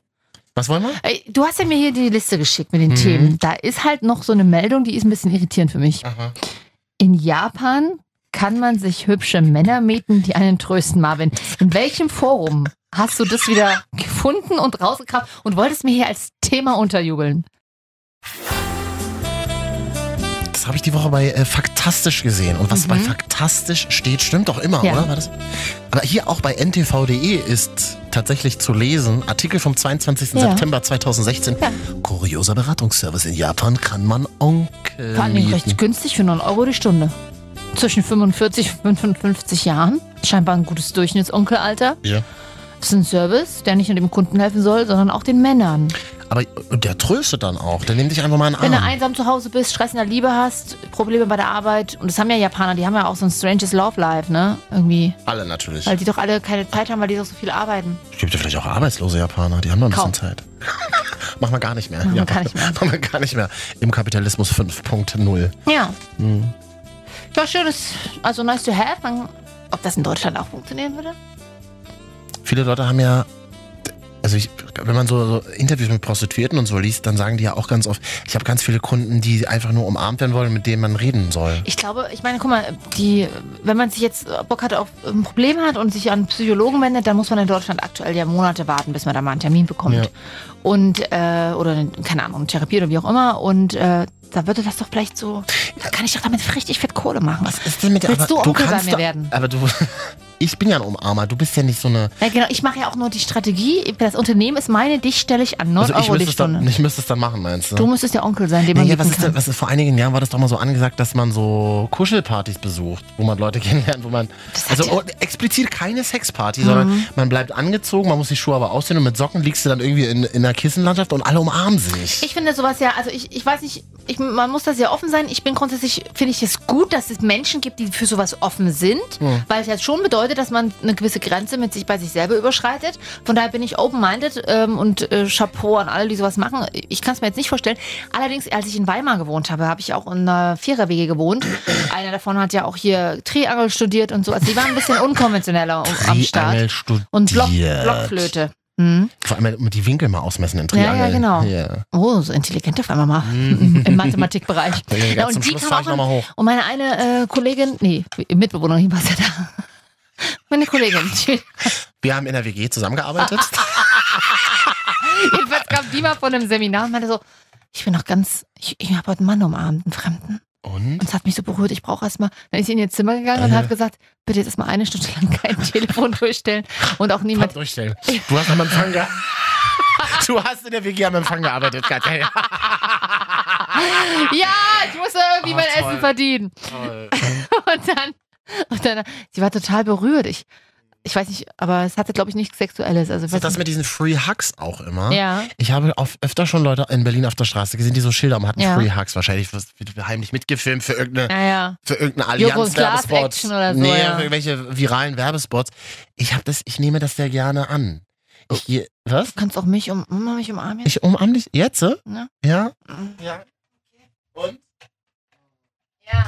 S2: Was wollen wir?
S1: Ey, Du hast ja mir hier die Liste geschickt mit den
S2: Mhm.
S1: Themen. Da ist halt noch so eine Meldung, die ist ein bisschen irritierend für mich.
S2: Aha.
S1: In Japan kann man sich hübsche Männer mieten, die einen trösten, Marvin? In welchem Forum hast du das wieder gefunden und rausgekramt und wolltest mir hier als Thema unterjubeln?
S2: Das habe ich die Woche bei äh, Faktastisch gesehen. Und was bei Faktastisch steht, stimmt doch immer,
S1: Mhm. Ja.
S2: oder? War das? Aber hier auch bei ntv.de E ist tatsächlich zu lesen, Artikel vom 22.
S1: Ja.
S2: September 2016. Kurioser Beratungsservice in Japan kann man Onkel
S1: Vor allem
S2: mieten.
S1: recht günstig für 9 Euro die Stunde. Zwischen 45 und 55 Jahren. Scheinbar ein gutes Durchschnittsonkelalter.
S2: Ja.
S1: Das ist ein Service, der nicht nur dem Kunden helfen soll, sondern auch den Männern.
S2: Aber äh, der tröstet dann auch. Der nimmt dich einfach mal in
S1: Wenn
S2: den
S1: du
S2: Arm.
S1: einsam zu Hause bist, Stress in der Liebe hast, Probleme bei der Arbeit, und das haben ja Japaner, die haben ja auch so ein stranges Love Life, ne? Irgendwie.
S2: Alle natürlich.
S1: Weil die doch alle keine Zeit haben, weil die doch so viel arbeiten.
S2: Es gibt ja vielleicht auch arbeitslose Japaner, die haben noch ein
S1: Kaum.
S2: bisschen Zeit. [LAUGHS] Machen wir gar nicht mehr.
S1: Machen wir
S2: Ja,
S1: gar nicht mehr.
S2: [LAUGHS] Machen wir gar nicht mehr. Im Kapitalismus 5.0.
S1: Ja.
S2: Mhm.
S1: Ja, schön, das also nice to have. Man, ob das in Deutschland auch funktionieren würde?
S2: Viele Leute haben ja, also ich, wenn man so, so Interviews mit Prostituierten und so liest, dann sagen die ja auch ganz oft, ich habe ganz viele Kunden, die einfach nur umarmt werden wollen, mit denen man reden soll.
S1: Ich glaube, ich meine, guck mal, die, wenn man sich jetzt Bock hat auf ein Problem hat und sich an einen Psychologen wendet, dann muss man in Deutschland aktuell ja Monate warten, bis man da mal einen Termin bekommt.
S2: Ja.
S1: Und, äh, oder eine- keine Ahnung, eine Therapie oder wie auch immer. Und äh, da würde das doch vielleicht so, da kann ich doch damit richtig fett Kohle machen. Was
S2: ist denn mit
S1: Willst du
S2: aber
S1: Onkel bei
S2: kannst
S1: mir
S2: doch-
S1: werden?
S2: Aber du, [LAUGHS] ich bin ja ein Umarmer, du bist ja nicht so eine,
S1: Ja, genau, ich mache ja auch nur die Strategie. Das Unternehmen ist meine, dich stelle ich an. 9
S2: also ich
S1: Euro die
S2: müsste, es
S1: Stunde.
S2: dann, ich müsste es dann machen, meinst du?
S1: Du müsstest der Onkel sein, den man
S2: Nee,
S1: nee,
S2: ja, was
S1: kann.
S2: ist denn, was ist, vor einigen Jahren war das doch mal so angesagt, dass man so Kuschelpartys besucht, wo man Leute [LAUGHS] kennenlernt, wo man. Also oh, explizit keine Sexparty, sondern
S1: Mhm.
S2: man bleibt angezogen, man muss die Schuhe aber ausziehen und mit Socken liegst du dann irgendwie in, in einer Kissenlandschaft und alle umarmen sich.
S1: Ich finde sowas ja, also ich, ich weiß nicht, ich, man muss da sehr offen sein. Ich bin grundsätzlich, finde ich es gut, dass es Menschen gibt, die für sowas offen sind,
S2: Hm.
S1: weil es ja schon bedeutet, dass man eine gewisse Grenze mit sich bei sich selber überschreitet. Von daher bin ich open-minded ähm, und äh, Chapeau an alle, die sowas machen. Ich kann es mir jetzt nicht vorstellen. Allerdings, als ich in Weimar gewohnt habe, habe ich auch in einer Viererwege
S2: [CLEARS THROAT]
S1: gewohnt. Einer davon hat ja auch hier Triangel studiert und so. Also die waren ein bisschen unkonventioneller um- am
S2: Triangel
S1: Start.
S2: studiert.
S1: Und Block, Blockflöte. Mhm.
S2: Vor allem die Winkel mal ausmessen in
S1: Ja,
S2: Triangel.
S1: ja, genau.
S2: Ja.
S1: Oh, so intelligent auf einmal mal
S2: Mm.
S1: im Mathematikbereich.
S2: Ja, ganz zum Schluss fahr ich noch mal hoch.
S1: Und meine eine äh, Kollegin, nee, Mitbewohnerin, die war ja da. [LAUGHS] Meine Kollegin. [LAUGHS]
S2: Wir haben in der WG zusammengearbeitet.
S1: Jedenfalls kam die mal von einem Seminar und meinte so, ich bin noch ganz, ich, ich habe heute einen Mann umarmt, einen Fremden.
S2: Und?
S1: es hat mich so berührt, ich brauche erstmal. Dann ist sie in ihr Zimmer gegangen und
S2: Äh.
S1: hat gesagt, bitte jetzt erstmal eine Stunde lang kein Telefon durchstellen und auch niemand.
S2: Durchstellen. Du hast am
S1: [LAUGHS]
S2: Empfang ge- Du hast in der WG am Empfang gearbeitet, Katja. Ja.
S1: Ja, ich muss irgendwie
S2: Ah,
S1: mein
S2: toll.
S1: Essen verdienen.
S2: Toll.
S1: [LAUGHS] und dann, und dann, sie war total berührt. Ich, ich weiß nicht, aber es hatte, glaube ich, nichts Sexuelles. Also,
S2: So, das ne? mit diesen Free Hugs auch immer.
S1: Ja.
S2: Ich habe auf, öfter schon Leute in Berlin auf der Straße gesehen, die so Schilder haben, hatten
S1: Ja.
S2: Free Hugs wahrscheinlich was- heimlich mitgefilmt für irgendeine,
S1: Ja, ja.
S2: für irgendeine
S1: Jogos Glas
S2: Allianz-Werbespot.
S1: Action oder so,
S2: nee,
S1: ja.
S2: für irgendwelche viralen Werbespots. Ich habe das, ich nehme das sehr gerne an. Ich, gehe- was?
S1: Du kannst auch mich, um, um, mich umarmen. jetzt?
S2: Ich umarm dich jetzt? äh?
S1: Ne?
S2: Ja?
S1: Ja.
S2: Und?
S1: Ja.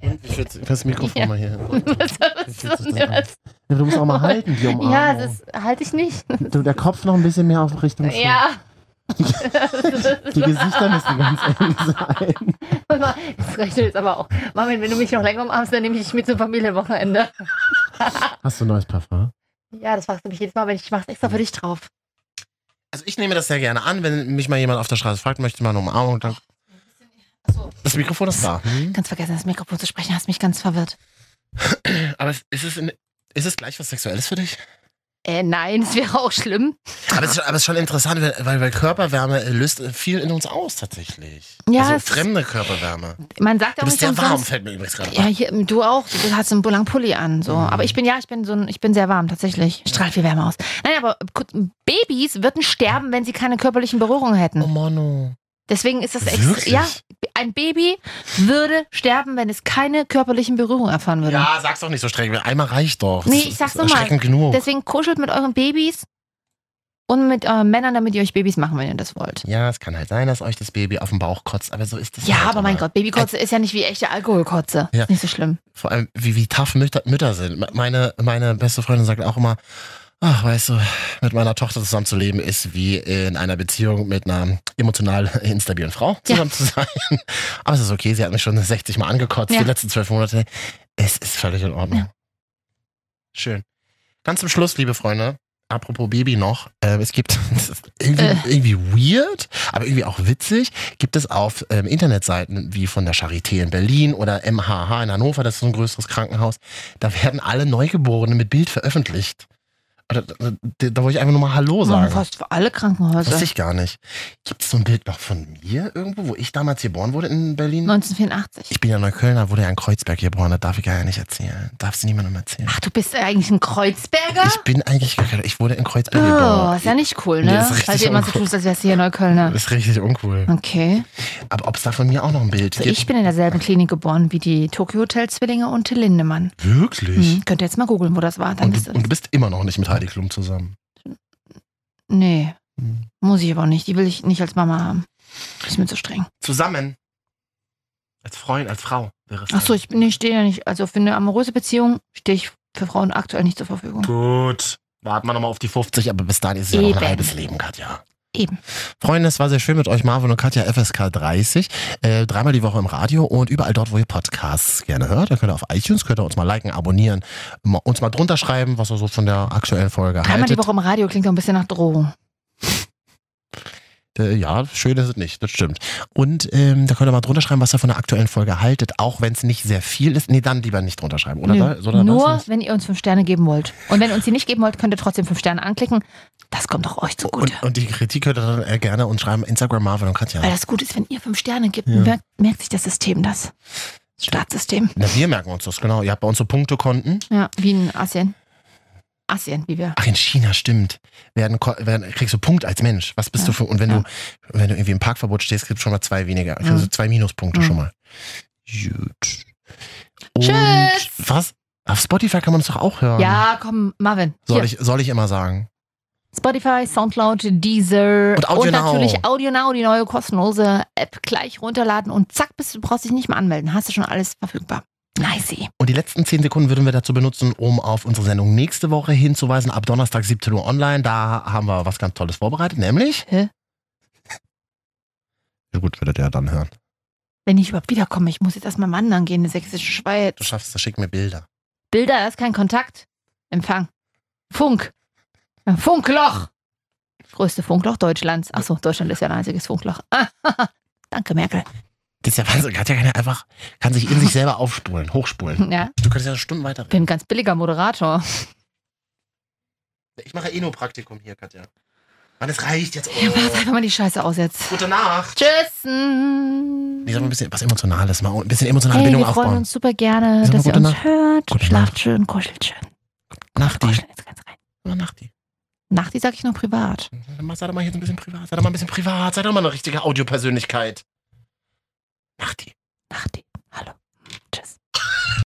S2: Und ich würd, das Mikrofon
S1: Ja.
S2: mal
S1: [LAUGHS]
S2: hier hin.
S1: Was
S2: Ich
S1: soll
S2: würd
S1: das
S2: [LAUGHS] das
S1: denn
S2: an-
S1: jetzt?
S2: Ja, du musst auch mal halten, die Umarmung.
S1: Ja, das halte ich nicht.
S2: Du, der Kopf noch ein bisschen mehr auf Richtung Schulter.
S1: Ja.
S2: [LAUGHS] Die Gesichter müssen ganz eng sein.
S1: Warte mal, [LAUGHS] Das reicht jetzt aber auch. Marvin, wenn du mich noch länger umarmst, dann nehme ich dich mit zum Familienwochenende.
S2: Hast du ein neues Parfum?
S1: Ja, das fragst du mich jedes Mal, wenn ich, ich mach's extra für dich drauf.
S2: Also ich nehme das sehr gerne an, wenn mich mal jemand auf der Straße fragt, möchte mal eine Umarmung, dann... Das Mikrofon ist da.
S1: Ganz vergessen, das Mikrofon zu sprechen, hast mich ganz verwirrt.
S2: Aber ist es, in, ist es gleich was Sexuelles für dich?
S1: Äh, nein, es wäre auch schlimm.
S2: [LAUGHS] Aber es ist, schon- aber es ist schon interessant, weil- weil, weil Körperwärme löst viel in uns aus tatsächlich.
S1: Ja,
S2: also
S1: es-
S2: fremde Körperwärme.
S1: Man sagt ja
S2: Du
S1: auch
S2: bist
S1: nicht
S2: sehr warm,
S1: umsonst-
S2: fällt mir übrigens gerade
S1: Ja,
S2: auf.
S1: hier, du auch. Du hast einen langen Pulli an.
S2: Mhm.
S1: So. Aber ich bin ja, ich bin so ein, ich bin sehr warm tatsächlich. Strahlt viel Wärme aus. Nein, aber gut, Babys würden sterben, wenn sie keine körperlichen Berührungen hätten. Oh
S2: Mano.
S1: Deswegen ist das
S2: Wirklich?
S1: Ja, ein Baby würde sterben, wenn es keine körperlichen Berührungen erfahren würde.
S2: Ja, sag's doch nicht so streng. Einmal reicht doch.
S1: nee,
S2: Das
S1: ich
S2: ist
S1: sag's nochmal.
S2: erschreckend genug.
S1: Deswegen kuschelt mit euren Babys und mit euren Männern, damit ihr euch Babys machen, wenn ihr das wollt.
S2: ja, es kann halt sein, dass euch das Baby auf den Bauch kotzt, aber so ist das
S1: Ja,
S2: halt
S1: aber mein
S2: immer.
S1: Gott, Babykotze ist ja nicht wie echte Alkoholkotze.
S2: Ja.
S1: Ist nicht so schlimm.
S2: Vor allem, wie, wie tough Mütter, Mütter sind. Me- Meine, meine beste Freundin sagt auch immer, ach, weißt du, mit meiner Tochter zusammen zu leben ist wie in einer Beziehung mit einer emotional [LAUGHS] instabilen Frau zusammen zu sein. Aber es ist okay, sie hat mich schon 60 Mal angekotzt
S1: Ja.
S2: die letzten zwölf Monate. Es ist völlig in Ordnung. Schön. Ganz zum Schluss, liebe Freunde, apropos Baby noch, äh, es gibt, [LAUGHS] das ist irgendwie, irgendwie weird, aber irgendwie auch witzig, gibt es auf ähm, Internetseiten wie von der Charité in Berlin oder MHH in Hannover, das ist so ein größeres Krankenhaus, da werden alle Neugeborene mit Bild veröffentlicht. Da, da, da, da wollte ich einfach nur mal Hallo sagen.
S1: Fast für alle Krankenhäuser.
S2: Wusste ich gar nicht. Gibt es so ein Bild noch von mir irgendwo, wo ich damals geboren wurde in Berlin?
S1: 1984.
S2: Ich bin ja Neuköllner, wurde ja in Kreuzberg geboren, das darf ich gar nicht erzählen. Darfst du niemandem erzählen.
S1: Ach, du bist eigentlich ein Kreuzberger?
S2: Ich bin eigentlich gar kein, ich wurde in Kreuzberg
S1: oh,
S2: geboren.
S1: ist ja nicht cool,
S2: Nee,
S1: ne?
S2: ist richtig
S1: Weil du immer so
S2: uncool.
S1: tust, als wärst du hier Neuköllner.
S2: Das ist richtig uncool.
S1: Okay.
S2: Aber ob es da von mir auch noch ein Bild
S1: Also
S2: gibt?
S1: ich bin in derselben Klinik geboren wie die Tokyo Hotel Zwillinge und Till Lindemann.
S2: Wirklich?
S1: Hm, könnt ihr jetzt mal googeln, wo das war. Dann
S2: Und
S1: wisst
S2: du,
S1: ihr
S2: und
S1: das.
S2: du bist immer noch nicht mit Heidi Klum zusammen.
S1: Nee. Muss ich aber auch nicht. Die will ich nicht als Mama haben. Ist mir zu streng.
S2: Zusammen. Als Freund, als Frau wäre es.
S1: Achso, ich bin- nee, stehe ja nicht. Also für eine amoröse Beziehung stehe ich für Frauen aktuell nicht zur Verfügung.
S2: Gut. Warten wir nochmal auf die 50, aber bis dahin ist es ja noch ein
S1: Eben.
S2: halbes Leben, Katja.
S1: Eben.
S2: Freunde, es war sehr schön mit euch, Marvin und Katja, FSK 30. Äh, dreimal die Woche im Radio und überall dort, wo ihr Podcasts gerne hört. Da könnt ihr auf iTunes, könnt ihr uns mal liken, abonnieren, ma- uns mal drunter schreiben, was ihr so von der aktuellen Folge
S1: Dreimal die
S2: haltet.
S1: Woche im Radio klingt doch ein bisschen nach Drohung.
S2: Äh, Ja, schön ist es nicht, das stimmt. Und ähm, da könnt ihr mal drunter schreiben, was ihr von der aktuellen Folge haltet, auch wenn es nicht sehr viel ist. Nee, dann lieber nicht drunter schreiben, oder?
S1: Nö.
S2: Da, sondern
S1: Nur,
S2: was?
S1: wenn ihr uns fünf Sterne geben wollt. Und wenn ihr uns die nicht geben wollt, könnt ihr trotzdem fünf Sterne anklicken. Das kommt doch euch zugute.
S2: Und, und die Kritik könnt ihr dann äh, gerne uns schreiben, Instagram Marvin und Katja.
S1: Weil das gut ist, wenn ihr fünf Sterne gibt,
S2: Ja.
S1: merkt, merkt sich das System das. Das Staatssystem.
S2: Na, wir merken uns das, genau. Ihr habt bei uns so Punktekonten.
S1: Ja, wie in Asien. Asien, wie wir.
S2: Ach, in China, stimmt. Werden, ko- werden, kriegst du Punkt als Mensch. Was bist du für. Und wenn, du, wenn du irgendwie im Parkverbot stehst, kriegst du schon mal zwei weniger. Kriegst du
S1: Ja.
S2: zwei Minuspunkte
S1: Ja.
S2: schon mal. Gut. Und Tschüss. was? Auf Spotify kann man es doch auch hören.
S1: Ja, komm, Marvin.
S2: Soll
S1: hier.
S2: ich, soll ich immer sagen.
S1: Spotify, Soundcloud, Deezer
S2: Und Audio Now.
S1: natürlich Audio Now, die neue kostenlose App, gleich runterladen und zack, bist du brauchst dich nicht mehr anmelden. Hast du schon alles verfügbar. Nice.
S2: Und die letzten zehn Sekunden würden wir dazu benutzen, um auf unsere Sendung nächste Woche hinzuweisen. Ab Donnerstag 17 Uhr online. Da haben wir was ganz Tolles vorbereitet, nämlich.
S1: Hä?
S2: Ja, gut, werdet ihr ja dann hören.
S1: Wenn ich überhaupt wiederkomme, ich muss jetzt erstmal wandern gehen in die sächsische Schweiz.
S2: Du schaffst das, schick mir Bilder.
S1: Bilder, da ist kein Kontakt. Empfang. Funk. Ein Funkloch. Das größte Funkloch Deutschlands. Achso, Deutschland ist ja ein einziges Funkloch. [LAUGHS] Danke, Merkel.
S2: Das ist ja Wahnsinn. Katja kann ja einfach, kann sich in sich [LAUGHS] selber aufspulen, hochspulen.
S1: Ja,
S2: Du kannst ja Stunden weiter.
S1: bin ein ganz billiger Moderator.
S2: Ich mache eh nur Praktikum hier, Katja. Mann, es reicht jetzt.
S1: Ja, pass einfach mal die Scheiße aus jetzt.
S2: Gute Nacht.
S1: Tschüss.
S2: Ich sag mal ein bisschen was Emotionales, mal ein bisschen emotionale
S1: Hey,
S2: Bindung
S1: wir freuen
S2: aufbauen.
S1: uns super gerne,
S2: Sag mal
S1: dass ihr
S2: gute
S1: uns
S2: Nacht.
S1: hört.
S2: Gute
S1: Schlaft schön, kuschelt schön.
S2: Nachti.
S1: Oder Nachti. Nachti sag ich noch privat.
S2: Dann mach- Sei doch mal hier so ein bisschen privat, sei doch mal ein bisschen privat, sei doch mal eine richtige Audiopersönlichkeit. Nachti.
S1: Nachti. Hallo. Tschüss.